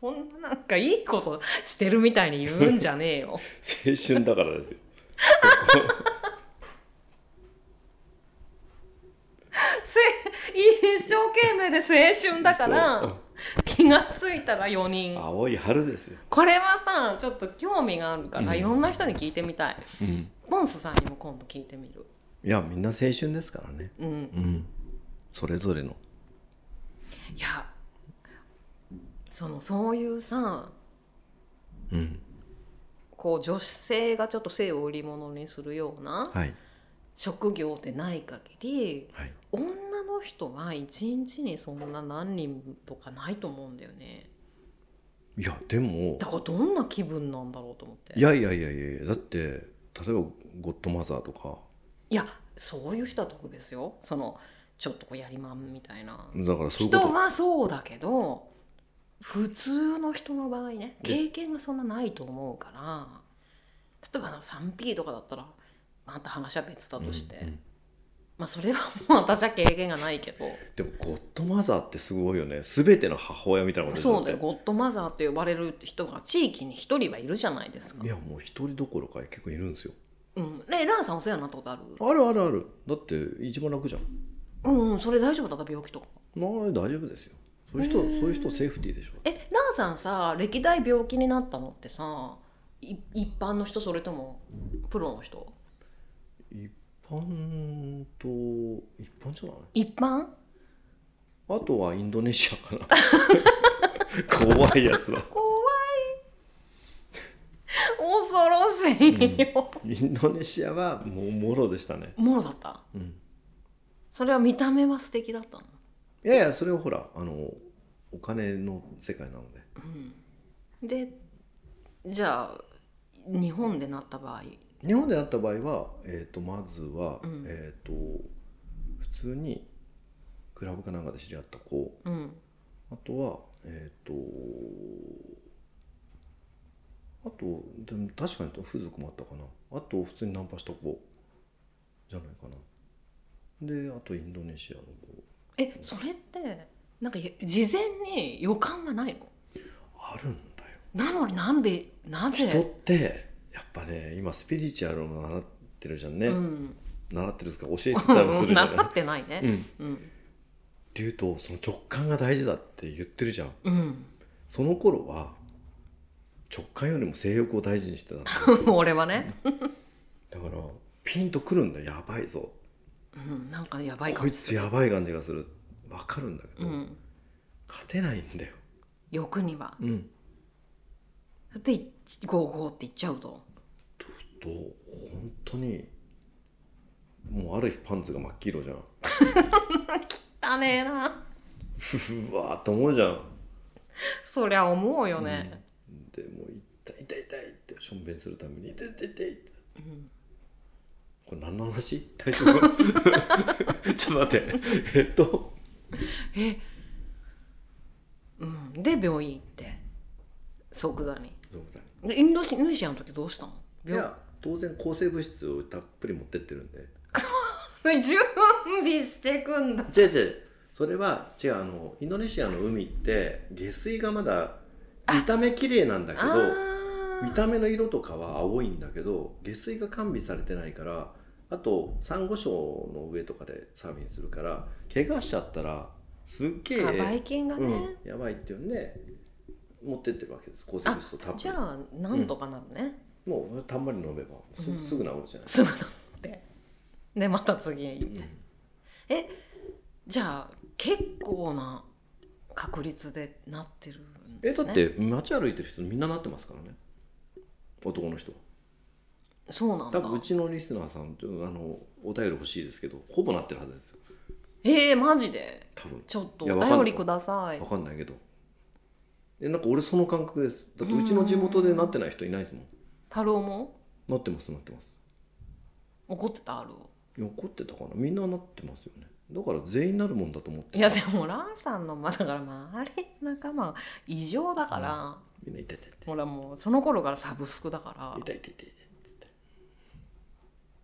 S2: そんななんかいいことしてるみたいに言うんじゃねえよ
S1: 青春だからですよ
S2: せ一生懸命で青春だから気が付いたら4人
S1: 青い春ですよ、
S2: これはさちょっと興味があるから、
S1: うん
S2: いろんな人に聞いてみたい
S1: うん、
S2: ポンスさんにも今度聞いてみる
S1: いやみんな青春ですからね
S2: うん
S1: うんそれぞれの
S2: いやそのそういうさ
S1: うん
S2: こう女性がちょっと性を売り物にするような
S1: はい
S2: 職業でない限り
S1: はい
S2: 女の人は一日にそんな何人とかないと思うんだよね
S1: いやでも
S2: だからどんな気分なんだろうと思って
S1: いやいやいやいやいやだって例えばゴッドマザーとか
S2: いやそういう人は特別よそのちょっとこうやりまんみたいな
S1: だからそういうこ
S2: 人
S1: と
S2: はそうだけど普通の人の場合ね経験がそんなないと思うから例えばあの 3P とかだったらまた話は別だとして、
S1: うんうん
S2: まあそれはもう私は経験がないけど
S1: でもゴッドマザーってすごいよね全ての母親みたいなこと
S2: そうだよ
S1: よ
S2: ゴッドマザーと呼ばれる人が地域に一人はいるじゃないですか
S1: い。やもう一人どころか結構いるんですよ
S2: うん、ねランさんお世話になったことある
S1: あるあるあるだって一番楽じゃん
S2: うん、うん、それ大丈夫だった病気とか。
S1: まあ大丈夫ですよそういう人そういう人セーフティーでしょ
S2: えランさんさ歴代病気になったのってさい一般の人それともプロの人
S1: 一般と一般じゃない
S2: 一般
S1: あとはインドネシアかな 怖いやつは
S2: 怖い恐ろしいよ、
S1: インドネシアはもうもろでしたね
S2: もろだった
S1: うん
S2: それは見た目は素敵だったの
S1: いやいやそれはほらあのお金の世界なので
S2: でじゃあ日本でなった場合
S1: 日本であった場合は、えー、とまずは、
S2: うん
S1: えっ、と普通にクラブかなんかで知り合った子
S2: うん
S1: あとはえっ、とあとでも確かに風俗もあったかなあと普通にナンパした子じゃないかなであとインドネシアの子
S2: えそれってなんか事前に予感はないの
S1: あるんだよ
S2: なのになんでな
S1: 人っ
S2: ぜ、
S1: てやっぱね今スピリチュアルも習ってるじゃんね、
S2: うん、
S1: 習ってるんですか教えてたりもするじゃ
S2: 習
S1: ない
S2: ってないね
S1: うん
S2: うん
S1: っていうとその直感が大事だって言ってるじゃん
S2: うん、
S1: その頃は直感よりも性欲を大事にしてたんだ
S2: 俺はね、
S1: だからピンとくるんだよやばいぞ
S2: うん、なんかやばいか
S1: こ
S2: も
S1: いつやばい感じがするわかるんだけ
S2: う
S1: ど、
S2: ん、
S1: 勝てないんだよ、
S2: 欲には
S1: うん、
S2: それで「ゴーゴー」って言っちゃうと
S1: と本当にもうある日パンツが真っ黄色じゃん
S2: 汚ねえな
S1: ふふわーって思うじゃん
S2: そりゃ思うよね、
S1: でもう痛い痛い痛いってしょんべんするために痛い痛い痛いって、これ何の話大丈夫 ちょっと待ってえっと
S2: うんで病院行って即座に
S1: どうだ
S2: でインドネシアの時どうした
S1: い
S2: の病
S1: や当然抗生物質をたっぷり持ってってるんで
S2: 準備してくんだ
S1: 違う違うそれは違うあのインドネシアの海って下水がまだ見た目綺麗なんだけ
S2: あ
S1: ど見
S2: ー
S1: た目の色とかは青いんだけど下水が完備されてないからあとサンゴ礁の上とかでサーフィンするから怪我しちゃったらすっげえ
S2: あばい菌がね、
S1: うん、やばいっていうんで持ってってるわけです抗生
S2: あ
S1: 物質をたっぷ
S2: じ
S1: り
S2: ゃあなんとかなるね、
S1: もうたんまり飲めばす,、
S2: うん
S1: すぐ治るじゃない
S2: すぐ治ってでまた次へ行って、
S1: うん
S2: えじゃあ結構な確率でなってるん
S1: え
S2: です、
S1: だ
S2: ね、
S1: って街歩いてる人みんななってますからね男の人は
S2: そうなんだ
S1: 多分うちのリスナーさんちょっとあのお便り欲しいですけどほぼなってるはずですよ
S2: えー、マジで
S1: 多分
S2: ちょっと
S1: いや
S2: お
S1: わかん
S2: 便りください
S1: わかんないけどえなんか俺その感覚ですだってうちの地元でなってない人いないですもん
S2: 太郎も
S1: なってますなってます
S2: 怒ってたあるを
S1: いや怒ってたかなみんななってますよねだから全員なるもんだと思って
S2: いやでもランさんのまあだから周りの仲間が異常だから、
S1: みんな痛い痛い痛い
S2: ほらもうその頃からサブスクだから
S1: 痛い痛い痛い痛いっつって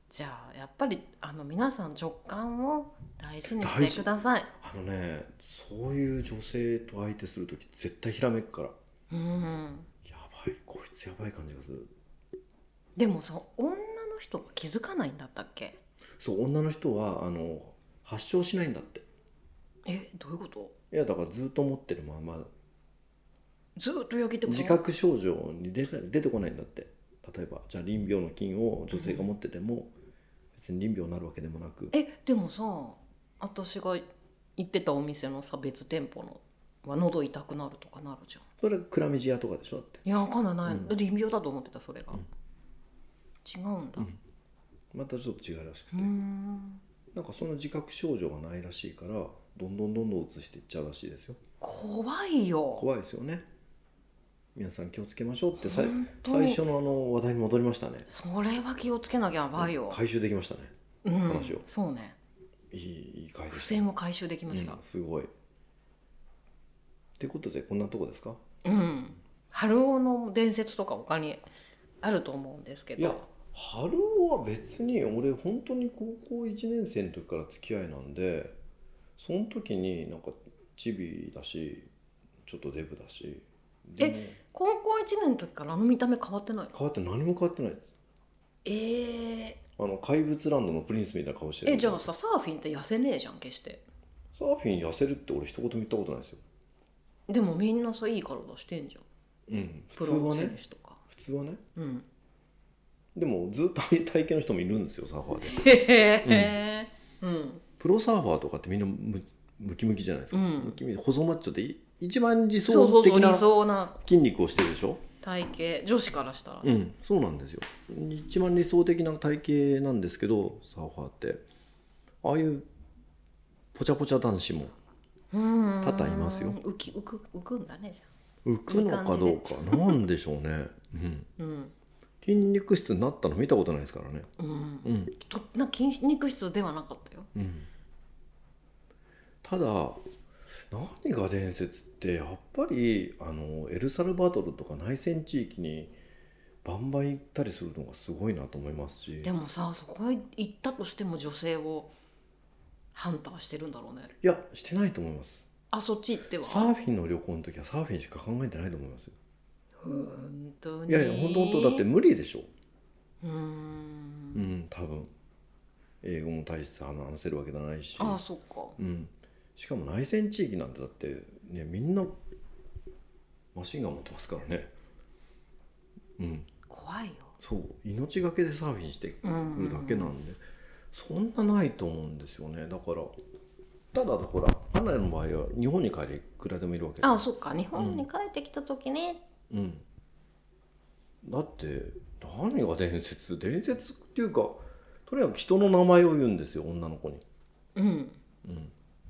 S2: じゃあやっぱりあの皆さん直感を大事に
S1: 大
S2: し
S1: 事
S2: てください。
S1: あのねそういう女性と相手する時絶対ひらめくから
S2: うん、
S1: やばいこいつやばい感じがする
S2: でもさ女の人が気づかないんだったっけ
S1: そう女の人はあの発症しないんだって
S2: えどういうこと
S1: いやだからずっと持ってるまま
S2: ずーっと病気ってこと
S1: 自覚症状に出て出てこないんだって例えばじゃあ臨病の菌を女性が持ってても別に臨病になるわけでもなく
S2: えでもさ私が行ってたお店のさ別店舗のは喉痛くなるとかなるじゃん
S1: それはクラミジアとかでしょだって、
S2: いやわかんないない、臨病だと思ってたそれが、違うんだ
S1: またちょっと違うらしくて、
S2: うーん
S1: なんかその自覚症状がないらしいからどんどんどんどん移していっちゃうらしいですよ
S2: 怖いよ
S1: 怖いですよね皆さん気をつけましょうってさい
S2: 本当
S1: 最初のあの話題に戻りましたね
S2: それは気をつけなきゃやばいよ、
S1: 回収できましたね
S2: うん
S1: 話を
S2: そうね
S1: いいいい回
S2: 不
S1: 収
S2: 正も回収できました
S1: うん、すごいってことでこんなとこですか
S2: うん春男の伝説とか他にあると思うんですけ
S1: いや
S2: ど
S1: 春男は別に俺本当に高校1年生の時から付き合いなんでその時になんかチビだしちょっとデブだしでも
S2: 高校1年の時からあの見た目変わってない
S1: 変わって何も変わってないです
S2: えー、
S1: あの怪物ランドのプリンスみたいな顔してる
S2: えじゃあさサーフィンって痩せねえじゃん決して
S1: サーフィン痩せるって俺一言も言ったことないですよ
S2: でもみんなさいい体してんじゃん
S1: うん普
S2: プ
S1: 通
S2: ロの
S1: は
S2: 選
S1: ね
S2: 手とか、
S1: 普通はね
S2: うん
S1: でもずっとああいう体型の人もいるんですよサーファーで
S2: へえうん
S1: プロサーファーとかってみんなムムキムキじゃないですか、
S2: うん
S1: ムキムキ細マッチョでい一番理
S2: そうそ
S1: 想
S2: うそ
S1: 的
S2: う
S1: な
S2: 理想な
S1: 筋肉をしてるでしょ
S2: 体型女子からしたら、
S1: うん、そうなんですよ一番理想的な体型なんですけどサーファーってああいうポチャポチャ男子も
S2: うん
S1: 多々いますよ
S2: 浮き浮く浮くんだねじ
S1: 浮くのかどうかなんでしょうね、うん、
S2: ゃんうん、
S1: 筋肉質になったの見たことないですからね
S2: うん、
S1: うん、
S2: となんか筋肉質ではなかったよ
S1: うん、ただ何が伝説ってやっぱりあのエルサルバドルとか内戦地域にバンバン行ったりするのがすごいなと思いますし
S2: でもさそこへ行ったとしても女性をハンターしてるんだろうね
S1: いやしてないと思います
S2: あそっち行っては
S1: サーフィンの旅行の時はサーフィンしか考えてないと思いますよ
S2: 本当に
S1: いやいや本当本当だって無理でしょ
S2: うー
S1: うんん多分英語も大して話せるわけじゃないし
S2: ああそっか
S1: うん、しかも内戦地域なんてだって、ね、みんなマシンガン持ってますからねうん
S2: 怖いよ
S1: そう命がけでサーフィンしてくるだけなんで、そんなないと思うんですよねだからただほらアナの場合は日本に帰りいくらでもいるわけで
S2: ああそっか日本に帰ってきた時ね、
S1: うん、だって何が伝説伝説っていうかとにかく人の名前を言うんですよ女の子に
S2: うん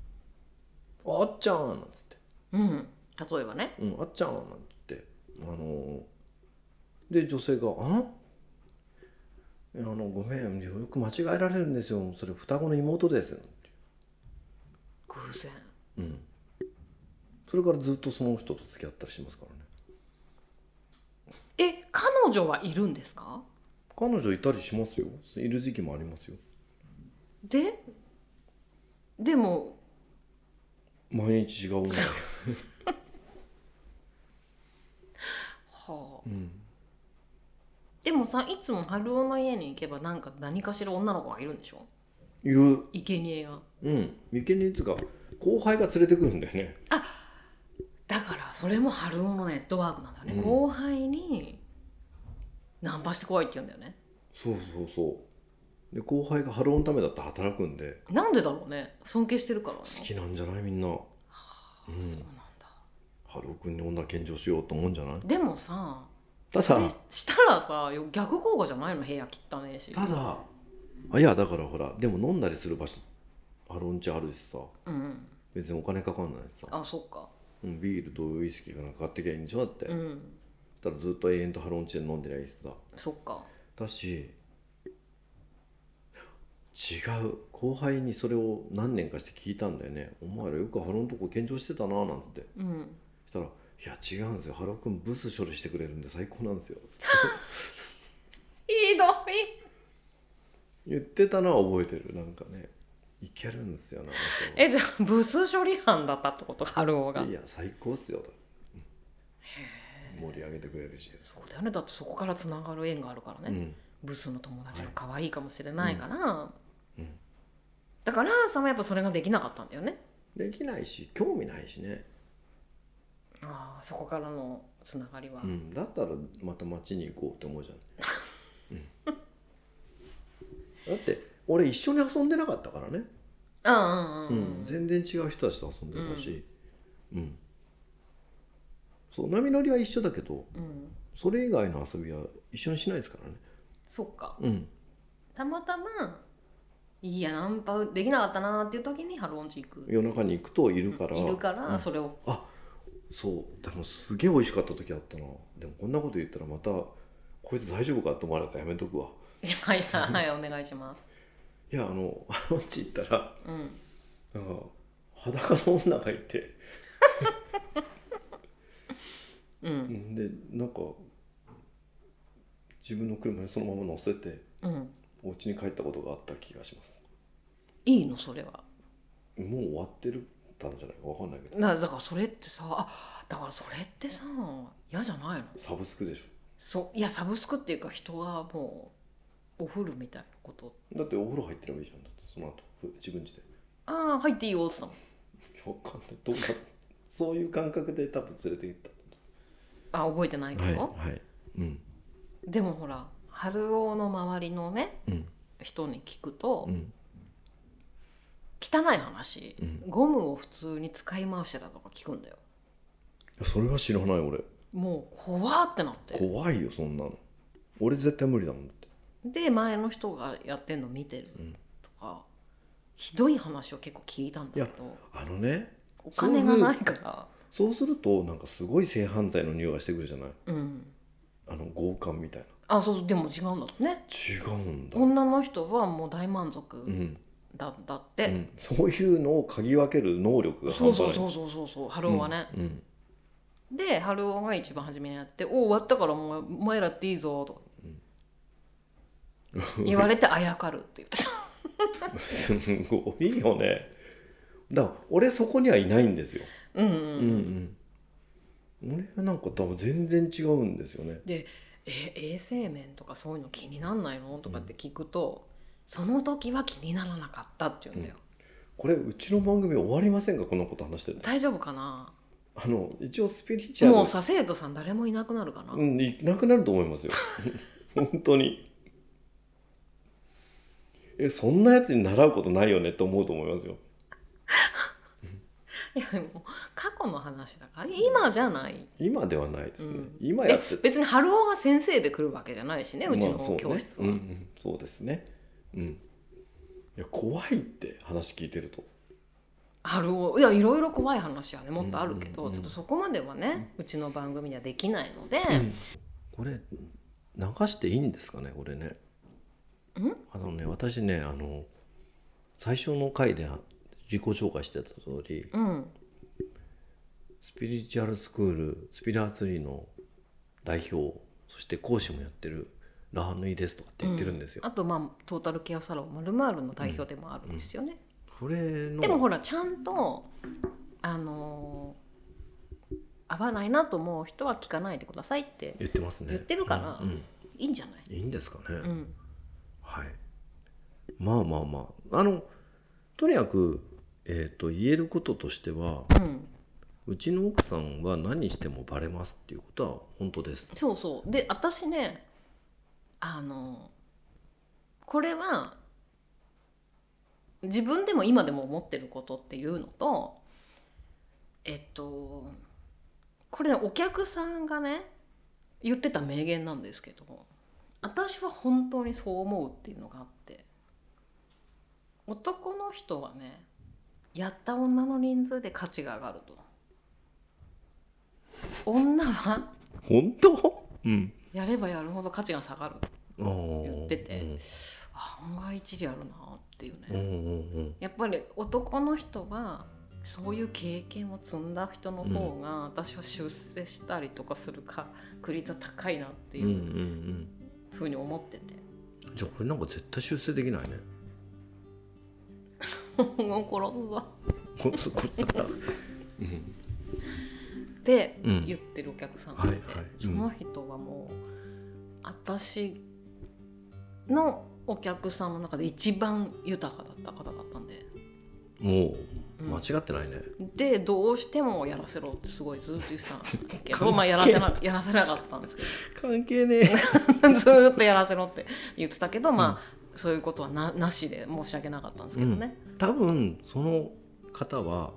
S1: 「あっちゃん」なんつって
S2: うん例えばね
S1: うん、あっちゃんなんて言って、あのーで女性が「あいやあのごめんよく間違えられるんですよそれ双子の妹です」
S2: 偶然
S1: それからずっとその人と付き合ったりしますからね
S2: え彼女はいるんですか
S1: 彼女いたりしますよいる時期もありますよ
S2: ででも
S1: 毎日違う女
S2: はあ、
S1: ん
S2: でもさいつも春男の家に行けばなんか何かしら女の子がいるんでしょ
S1: いる
S2: 生贄が
S1: うん眉間にいつか後輩が連れてくるんだよね
S2: だからそれも春男のネットワークなんだよね、
S1: うん
S2: 後輩にナンパして怖いって言うんだよね
S1: そうそうそうで後輩がハローのためだって働くんで
S2: なんでだろうね尊敬してるからね
S1: 好きなんじゃないみんな
S2: そうなんだ
S1: ハロー君に女献上しようと思うんじゃない
S2: でもさ
S1: た
S2: それ
S1: だ
S2: したらさよ逆効果じゃないの部屋汚ねえした
S1: だあいやだからほらでも飲んだりする場所アロンチあるしさ
S2: うんうん
S1: 別にお金かかんないしさ、
S2: あそっか
S1: うん、ビールとウイスキーがなんか買ってきゃいいんでしょだって、
S2: うん
S1: ただずっと永遠とハロンチで飲んでりゃいいしさ
S2: そっか
S1: だし違う後輩にそれを何年かして聞いたんだよね「お前らよくハロンとこ献上してたな」なんつって
S2: うん
S1: したら「いや違うんですよハロ君ブス処理してくれるんで最高なんですよ
S2: ひどい」
S1: い言ってたのは覚えてるなんかねいけるんですよねあ
S2: えじゃあ 部数処理班だったってことハローが
S1: の人いや最高っすよと盛り上げてくれるし
S2: そうだよねだってそこからつながる縁があるからね、
S1: うん
S2: ブスの友達が可愛いかもしれないから、
S1: うんうん
S2: だからさんはやっぱそれができなかったんだよね
S1: できないし興味ないしね、
S2: ああそこからのつながりは、
S1: うん、だったらまた街に行こうって思うじゃん、うん、 だって俺一緒に遊んでなかったからね、
S2: うんうんう
S1: うんん、全然違う人たちと遊んでたし、うんそう波乗りは一緒だけど
S2: うん、
S1: それ以外の遊びは一緒にしないですからね
S2: そっか
S1: うん
S2: たまたまいやナンパできなかったなーっていう時にハローンチ行く
S1: 夜中に行くといるから
S2: いるから
S1: うん
S2: それを
S1: あそうでもすげえ美味しかった時あったなでもこんなこと言ったらまたこいつ大丈夫かって思われたからやめとくわ
S2: 「いやいやはいお願いします
S1: いやあのあのうち行ったら」
S2: うん
S1: なんか裸の女がいて
S2: うん
S1: でなんか自分の車にそのまま乗せて
S2: うん
S1: お家に帰ったことがあった気がします
S2: いいのそれは
S1: もう終わってるたんじゃないかわかんないけど
S2: なだからそれってさあだからそれってさ嫌じゃないの
S1: サブスクでし
S2: そういやサブスクっていうか人がもうお風呂みたいなこと
S1: ょだってお風呂入ってればいいじゃんだってその後ふ自分ちで
S2: ああ入っていいよっつったもん
S1: わかんないどうなそういう感覚で多分連れて行っ
S2: あ覚えてない
S1: た
S2: けど、
S1: はいうん
S2: でもほら春男の周りのね
S1: うん
S2: 人に聞くと、
S1: うん
S2: 汚い話、
S1: うん
S2: ゴムを普通に使い回してたとか聞くんだよ
S1: それは知らない俺
S2: もう怖ってなって
S1: 怖いよそんなの俺絶対無理だもんだって
S2: で前の人がやってんの見てる
S1: ん
S2: とか、ひどい話を結構聞いたんだけど
S1: あのね
S2: お金がないから
S1: そうするとなんかすごい性犯罪の匂いがしてくるじゃない
S2: うん
S1: あの強姦みたいな
S2: あそうそうでも違うんだとね
S1: 違うんだ
S2: 女の人はもう大満
S1: う
S2: 足
S1: ん、
S2: だったっ
S1: う
S2: て、
S1: ん、そういうのを嗅ぎ分ける能力が
S2: そう
S1: 半端
S2: そ
S1: な
S2: う
S1: い
S2: そううそうそうそう春男はね、
S1: んうん
S2: で春男が一番初めにやって「おお終わったからもうお前らっていいぞ」とか、言われてあやかるって言って た
S1: すごいよねだから俺そこにはいないんですよ
S2: うんうん、
S1: うんうん俺はなんか多分全然違うんですよね
S2: で「え衛生面とかそういうの気になんないの?」とかって聞くと、その時は気にならなかったって言うんだよ、
S1: これうちの番組終わりませんかこんなこと話してて
S2: 大丈夫かな
S1: あの一応スピリチュアル
S2: もうさ生徒さん誰もいなくなるかな、
S1: うん、いなくなると思いますよ 本当にえそんなやつに習うことないよねって思うと思いますよ
S2: いやもう過去の話だから今じゃない
S1: 今ではないですね、
S2: うん
S1: 今やって
S2: え別に春男が先生で来るわけじゃないしねうちの
S1: まあそうね
S2: 教室は、
S1: うんうん、そうですねうんいや怖いって話聞いてると
S2: 春男いやいろいろ怖い話はねもっとあるけど、
S1: うんうんうん
S2: ちょっとそこまではね、うちの番組にはできないので、
S1: これ流していいんですかねこれねあのね私ねあの最初の回で自己紹介してた通り、
S2: うん
S1: スピリチュアルスクールスピラーツリーの代表そして講師もやってるラハヌイですとかって言ってるんですよ、
S2: あとまあトータルケアサロンまるまるの代表でもあるんですよね、
S1: これの
S2: でもほらちゃんとあのー合わないなと思う人は聞かないでくださいって
S1: 言ってますね
S2: 言ってるから
S1: うんうん
S2: いいんじゃない、
S1: いいんですかね、
S2: うん、
S1: はいまあまあまああのとにかく、えー、と言えることとしては
S2: うん、
S1: うちの奥さんは何してもバレますっていうことは本当です
S2: そうそうで私ねあのこれは自分でも今でも思ってることっていうのとえっとこれねお客さんがね言ってた名言なんですけど私は本当にそう思うっていうのがあって男の人はねやった女の人数で価値が上がると女は
S1: 本当うん
S2: やればやるほど価値が下がる言
S1: 言
S2: っててあ案外一理あるなっていうね、
S1: うんうんうんうん
S2: やっぱり男の人はそういう経験を積んだ人の方が、私は出世したりとかする確率は高いなって
S1: うんうんう
S2: いうんふうに思ってて、
S1: うんじゃあこれなんか絶対出世できないね
S2: 殺すぞ
S1: こそこさ、
S2: って
S1: うん
S2: 言ってるお客さんがいて、
S1: はいはいうん
S2: その人はもう私のお客さんの中で一番豊かだった方だったんで
S1: もう
S2: うん
S1: 間違ってないね、
S2: でどうしてもやらせろってすごいずっと言ってたんだ けど、まあ、やらせなやらせなかったんですけど
S1: 関係ねえ
S2: ずーっとやらせろって言ってたけど、まあそういうことはななしで申し訳なかったんですけどね。
S1: 多分その方は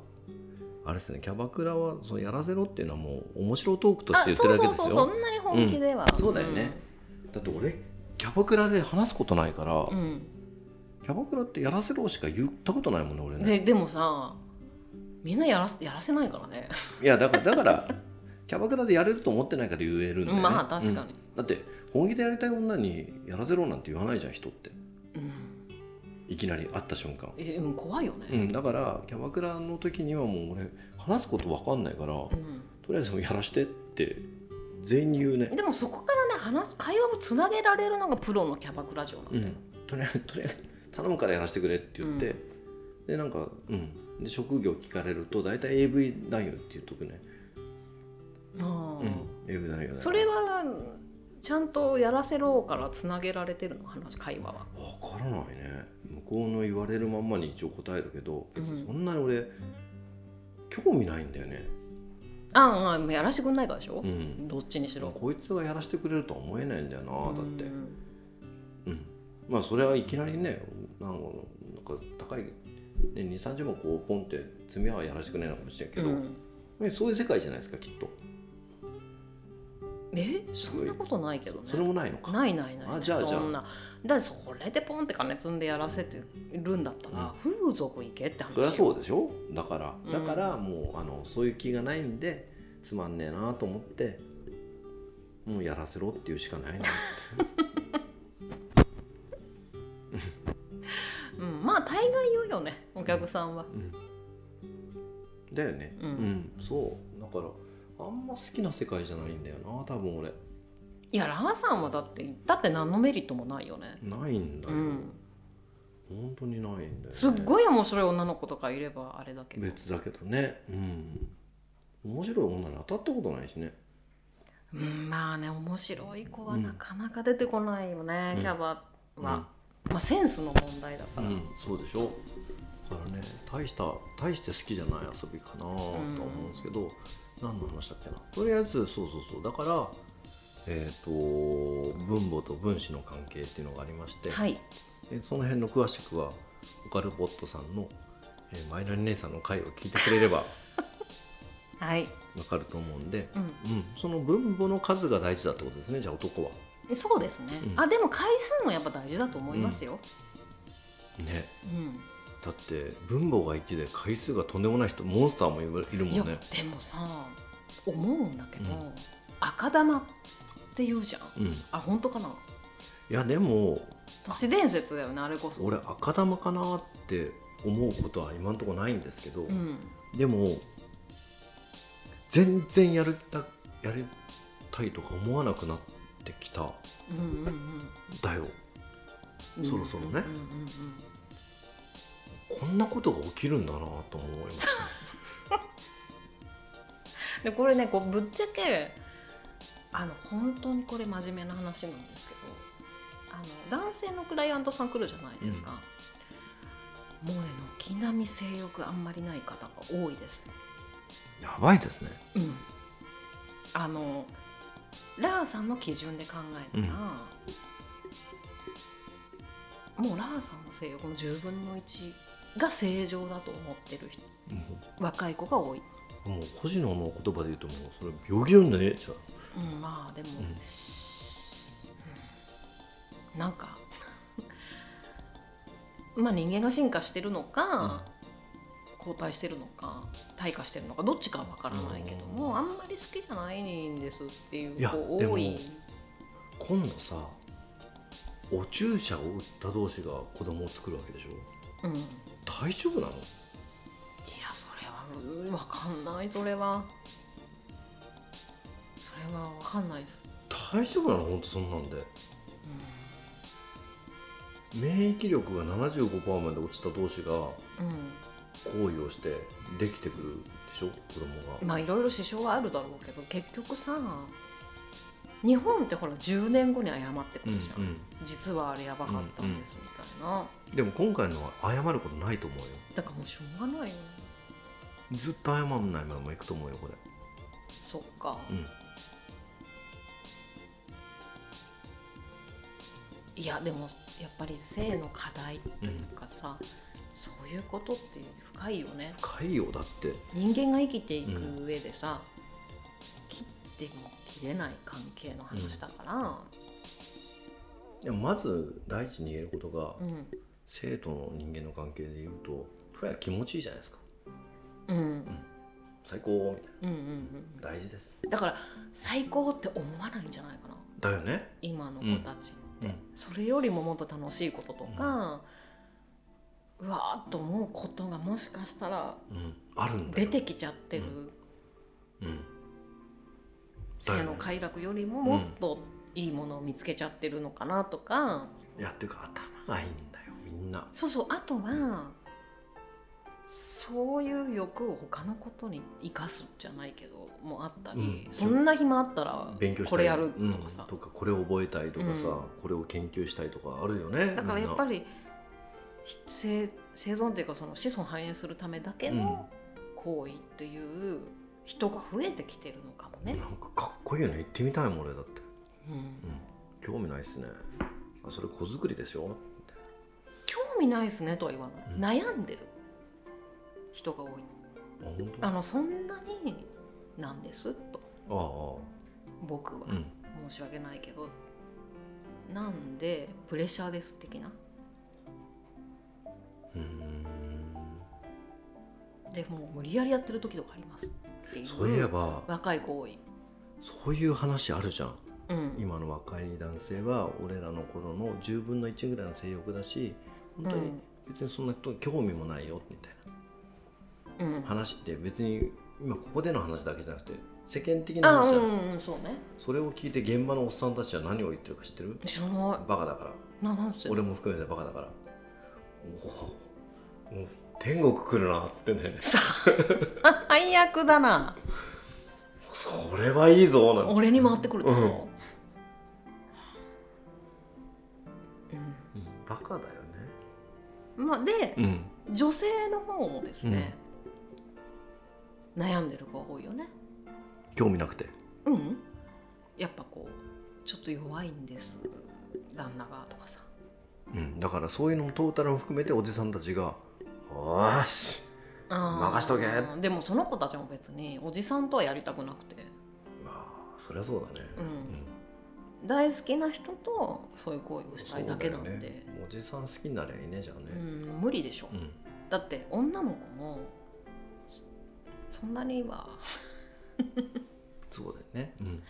S1: あれですねキャバクラはそのやらせろっていうのはもう面白トークとし
S2: あ
S1: て言ってる
S2: そう
S1: だけ
S2: そ
S1: で
S2: う
S1: す
S2: そ
S1: よ
S2: うそんなに本気では、
S1: うんそうだよねだって俺キャバクラで話すことないから、
S2: うん、うん
S1: キャバクラってやらせろしか言ったことないもんね俺ね
S2: ででもさみんなやらせやらせないからね
S1: いやだからだからキャバクラでやれると思ってないから言えるんだよね
S2: まあ確か
S1: うん
S2: に、
S1: だって本気でやりたい女にやらせろなんて言わないじゃん人って
S2: うん
S1: いきなり会った瞬間
S2: えうん、怖いよ
S1: う
S2: ね、
S1: んだからキャバクラの時にはもう俺話すこと分かんないから、
S2: う
S1: と
S2: ん
S1: りあえずもうやらしてって全員に言うね、
S2: でもそこからね話会話をつなげられるのがプロのキャバクラ嬢なんだ
S1: う
S2: よ、
S1: ん、とりあえずとりあえず頼むからやらせてくれって言って、
S2: う
S1: でなんか、うん、で職業聞かれると大体 AV 男優って言っとくね、
S2: あ
S1: う
S2: ー
S1: ん、AV 男優だよ
S2: それはちゃんとやらせろからつなげられてるの話会話は
S1: 分からないね向こうの言われるまんまに一応答えるけど別
S2: う
S1: に
S2: ん
S1: そんなに俺、興味ないんだよね、
S2: ああああもうやらしてくんないからでしょ
S1: う、ん、
S2: どっちにしろ
S1: こいつがやらせてくれるとは思えないんだよなだって
S2: うん
S1: うん、まあそれはいきなりねなんかなんか高い、ね、2 3 0万こうポンって積みはやらせてくれないのかもしれないけど、
S2: うん
S1: ね、そういう世界じゃないですかきっと
S2: えそんなことないけどね
S1: それもないのか
S2: ないないない
S1: あじゃあじゃあ
S2: そんなだってそれでポンって金積んでやらせてるんだったら、風俗行けって話
S1: そりゃそう
S2: う
S1: でしょだから
S2: うん
S1: だからもうあのそういう気がないんでつまんねえなと思ってもうやらせろっていうしかない な
S2: ん、まあ大概言うよねお客さんは、
S1: だよね
S2: うん
S1: うん、そうだからあんま好きな世界じゃないんだよな多分俺
S2: いやラーさんはだって行ったって何のメリットもないよね
S1: ないんだ
S2: う
S1: よ、
S2: ん
S1: 本当にないんだよ、ね、
S2: すっごい面白い女の子とかいればあれだけど
S1: 別だけどねうん面白い女に当たったことないしね
S2: うんまあね面白い子はなかなか出てこないよね、キャバは、まあセンスの問題だから、
S1: そうでしょだからね大した大して好きじゃない遊びかなとは思うんですけど、何の話だっけなとりあえずそうそうそうだからえっ、と分母と分子の関係っていうのがありまして、
S2: はい
S1: えその辺の詳しくはオカルポットさんの、えーマイナリ姉さんの回を聞いてくれれば
S2: はい、
S1: わかると思うんで、
S2: うん
S1: うん、その分母の数が大事だってことですねじゃあ男は。
S2: そうですね、
S1: うん
S2: あでも回数もやっぱ大事だと思いますよ、
S1: ね
S2: うん
S1: だって分母が1で回数がとんでもない人モンスターもいるいるもん
S2: いや
S1: ね
S2: でもさ思うんだけど、
S1: うん
S2: 赤玉って言うじゃん
S1: うんい
S2: あ本当かな
S1: やでも
S2: 都市伝説だよねあれこそ
S1: 俺赤玉かなって思うことは今のところないんですけど、
S2: うん
S1: でも全然やるたやりたいとか思わなくなってきたん
S2: うんうんうん
S1: だよ
S2: うん
S1: そろそろね
S2: うんうんうん
S1: こんなことが起きるんだなと思います
S2: でこれねこうぶっちゃけあの本当にこれ真面目な話なんですけどあの男性のクライアントさん来るじゃないですか、もうね軒並み性欲あんまりない方が多いです
S1: やばいですね
S2: うん、あのラーさんの基準で考えたら、もうラーさんの性欲の10分の1が正常だと思ってる人
S1: も
S2: 若い子が多い、
S1: うもう星野の言葉で言うともうそれ病気なんだねじゃあ
S2: うん、まあでも、うんなんか まあ人間が進化してるのか、後退してるのか退化してるのかどっちかは分からないけども、あんまり好きじゃないんですってい
S1: いうや
S2: 子
S1: でも
S2: 多い。
S1: 今度さお注射を打った同士が子供を作るわけでしょ
S2: うん、い
S1: 大丈夫なの
S2: やそれはうんわかんないそれはそれはわかんないです、
S1: 大丈夫なの本当そんなんで
S2: うん
S1: 免疫力が75%まで落ちた同士が
S2: う
S1: 行為をしてできてくるでしょ子供
S2: ん、
S1: が、
S2: まあいろいろ支障はあるだろうけど結局さ日本ってほら10年後に謝ってく
S1: うんう
S2: るじゃん、
S1: ん、
S2: 実はあれやばかったんですみたいな、
S1: でも今回のは謝ることないと思うよ
S2: だからもうしょうがないよね
S1: ずっと謝んないままいくと思うよこれ
S2: そっか、
S1: うん
S2: いやでもやっぱり性の課題というかさ、そういうことって深いよね
S1: 海洋だって
S2: 人間が生きていく上でさ、切っても切れない関係の話だから
S1: いやまず第一に言えることが、
S2: うん
S1: 生徒の人間の関係で言うとそれは気持ちいいじゃないですか
S2: うん、
S1: 最高みたい
S2: うんうんう
S1: な
S2: ん
S1: 大事です
S2: だから最高って思わないんじゃないかな
S1: だよね
S2: 今の子たちって、
S1: うん
S2: それよりももっと楽しいこととか、うわーっと思うことがもしかしたら
S1: うんあるんだ
S2: 出
S1: よ
S2: てきちゃってる
S1: うんだよ
S2: 性
S1: ね
S2: の快楽よりももっといいものを見つけちゃってるのかなとか、
S1: いやっていうか頭がいいんだよみんな
S2: そうそうあとはそういう欲を他のことに生かすじゃないけどもあったり、
S1: うん
S2: そんな暇あったら
S1: 勉強したい
S2: これやるとか
S1: う
S2: さ
S1: ん、とかこれを覚えたいとかさ、
S2: う
S1: これを研究したいとかあるよね
S2: だからやっぱ
S1: り
S2: りひ生生存っていうかその子孫繁栄するためだけの行為っていう人が増えてきてるのかもね
S1: な。んかかっこいいよね行ってみたいもん俺だって
S2: うん
S1: 興味ないっすねあそれ子作りでしょ
S2: 興味ないですねとは言わ
S1: うん
S2: ない、悩んでる人が多い
S1: あ本当
S2: あ
S1: あ
S2: のそんなになんですと
S1: あ
S2: 僕は
S1: ああうん
S2: 申し訳ないけどなんでプレッシャーです的な
S1: うーん
S2: でもう無理やりやってる時とかありますっていう
S1: そういえば
S2: 若い子多い、
S1: そういう話あるじゃん
S2: うん、
S1: 今の若い男性は俺らの頃の10分の1ぐらいの性欲だし本当
S2: う
S1: に
S2: ん
S1: 別にそんなこと興味もないよみたいな
S2: うん、
S1: 話って別に今ここでの話だけじゃなくて世間的な
S2: あ
S1: 話
S2: う
S1: じゃん、
S2: んうんそうね
S1: それを聞いて現場のおっさんたちは何を言ってるか知ってる
S2: 知らない
S1: バカだから
S2: ななんつうの
S1: 俺も含めてバカだからおおもう天国来るなっつってね
S2: 最悪だな
S1: それはいいぞなんて
S2: 俺に回ってくるってこ
S1: うんバカだよね
S2: と、まあ、で
S1: うん
S2: 女性の方もですね、悩んでる子が多いよね
S1: 興味なくて
S2: うんやっぱこうちょっと弱いんです旦那がとかさ
S1: うん、だからそういうのもトータルも含めておじさんたちが「おーし
S2: あー
S1: 任しとけ
S2: でもその子たちも別におじさんとはやりたくなくて、
S1: まあそりゃそうだね」
S2: う、
S1: うんん
S2: 大好きな人とそういう行為をしたいだけなんで
S1: そうだよねおじさん好きになりゃいいねじゃん
S2: う
S1: ね
S2: ん、無理でしょ、
S1: うん、
S2: だって女の子もそんなには、
S1: そうだよね、うん、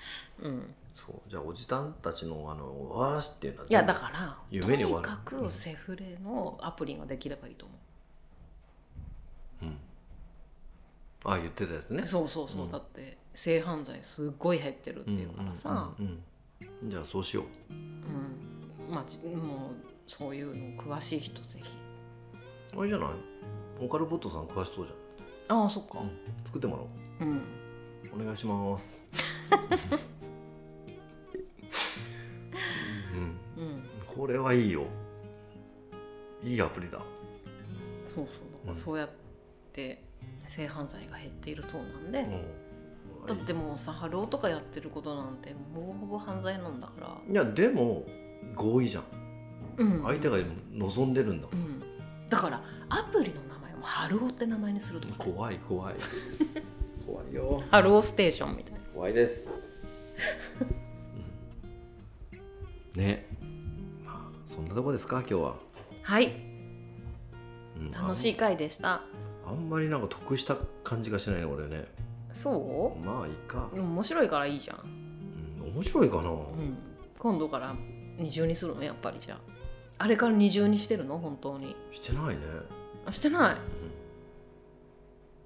S2: うん、
S1: そうじゃあおじさんたちの「あのおーし」っていうのはい
S2: やだからと
S1: 夢に終わる
S2: にか
S1: う
S2: く
S1: ん
S2: セフレのアプリができればいいと思う、
S1: らあ言ってたやつね
S2: そうそうそう、だって性犯罪すっごい減ってるっていうからさ、
S1: うんうんじゃあそうしよう
S2: うんまあ、じもうそういうの詳しい人ぜひ
S1: あれじゃないオカルポットさん詳しそうじゃん、
S2: ああそっか
S1: うん、作ってもらおう
S2: うん、
S1: お願いします。うん、
S2: うん、
S1: これはいいよ。いいアプリだ。
S2: そうそうだからそうやって性犯罪が減っているそうなんで、
S1: うん
S2: だってもうさハローとかやってることなんてもうほぼ犯罪なんだから
S1: いやでも合意じゃん。
S2: うん、
S1: 相手が望んでるんだ
S2: う。ん、だからアプリの名前もハローって名前にするとか
S1: 怖い怖い。怖いよ。
S2: ハローステーションみたいな
S1: 怖いです。うんね。まあそんなとこですか今日は。
S2: はい
S1: うん
S2: 楽しい回でした
S1: あん。あんまりなんか得した感じがしないね俺ね。
S2: そ
S1: まあいいか
S2: うで。も面白いからいいじゃん、
S1: うん面白いかな。
S2: うん、今度から二重にするのやっぱりじゃああれから二重にしてるの本当に
S1: してないね
S2: あしてな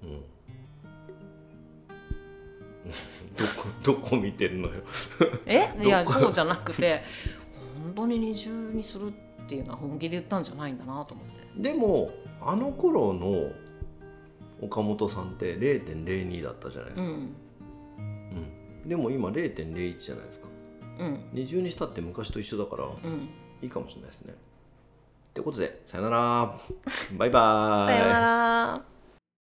S2: い
S1: うん うんどこどこ見てるのよ
S2: えいや
S1: どこ
S2: そうじゃなくて本当に二重にするっていうのは本気で言ったんじゃないんだなと思って
S1: でもあの頃の岡本さんって0.02だったじゃないで
S2: う
S1: すか、
S2: ん
S1: うんでも今0.01じゃないですか
S2: うん
S1: 二重にしたって昔と一緒だから
S2: うん
S1: いいか もしれないですねってことでさよならバイバーイ
S2: さよなら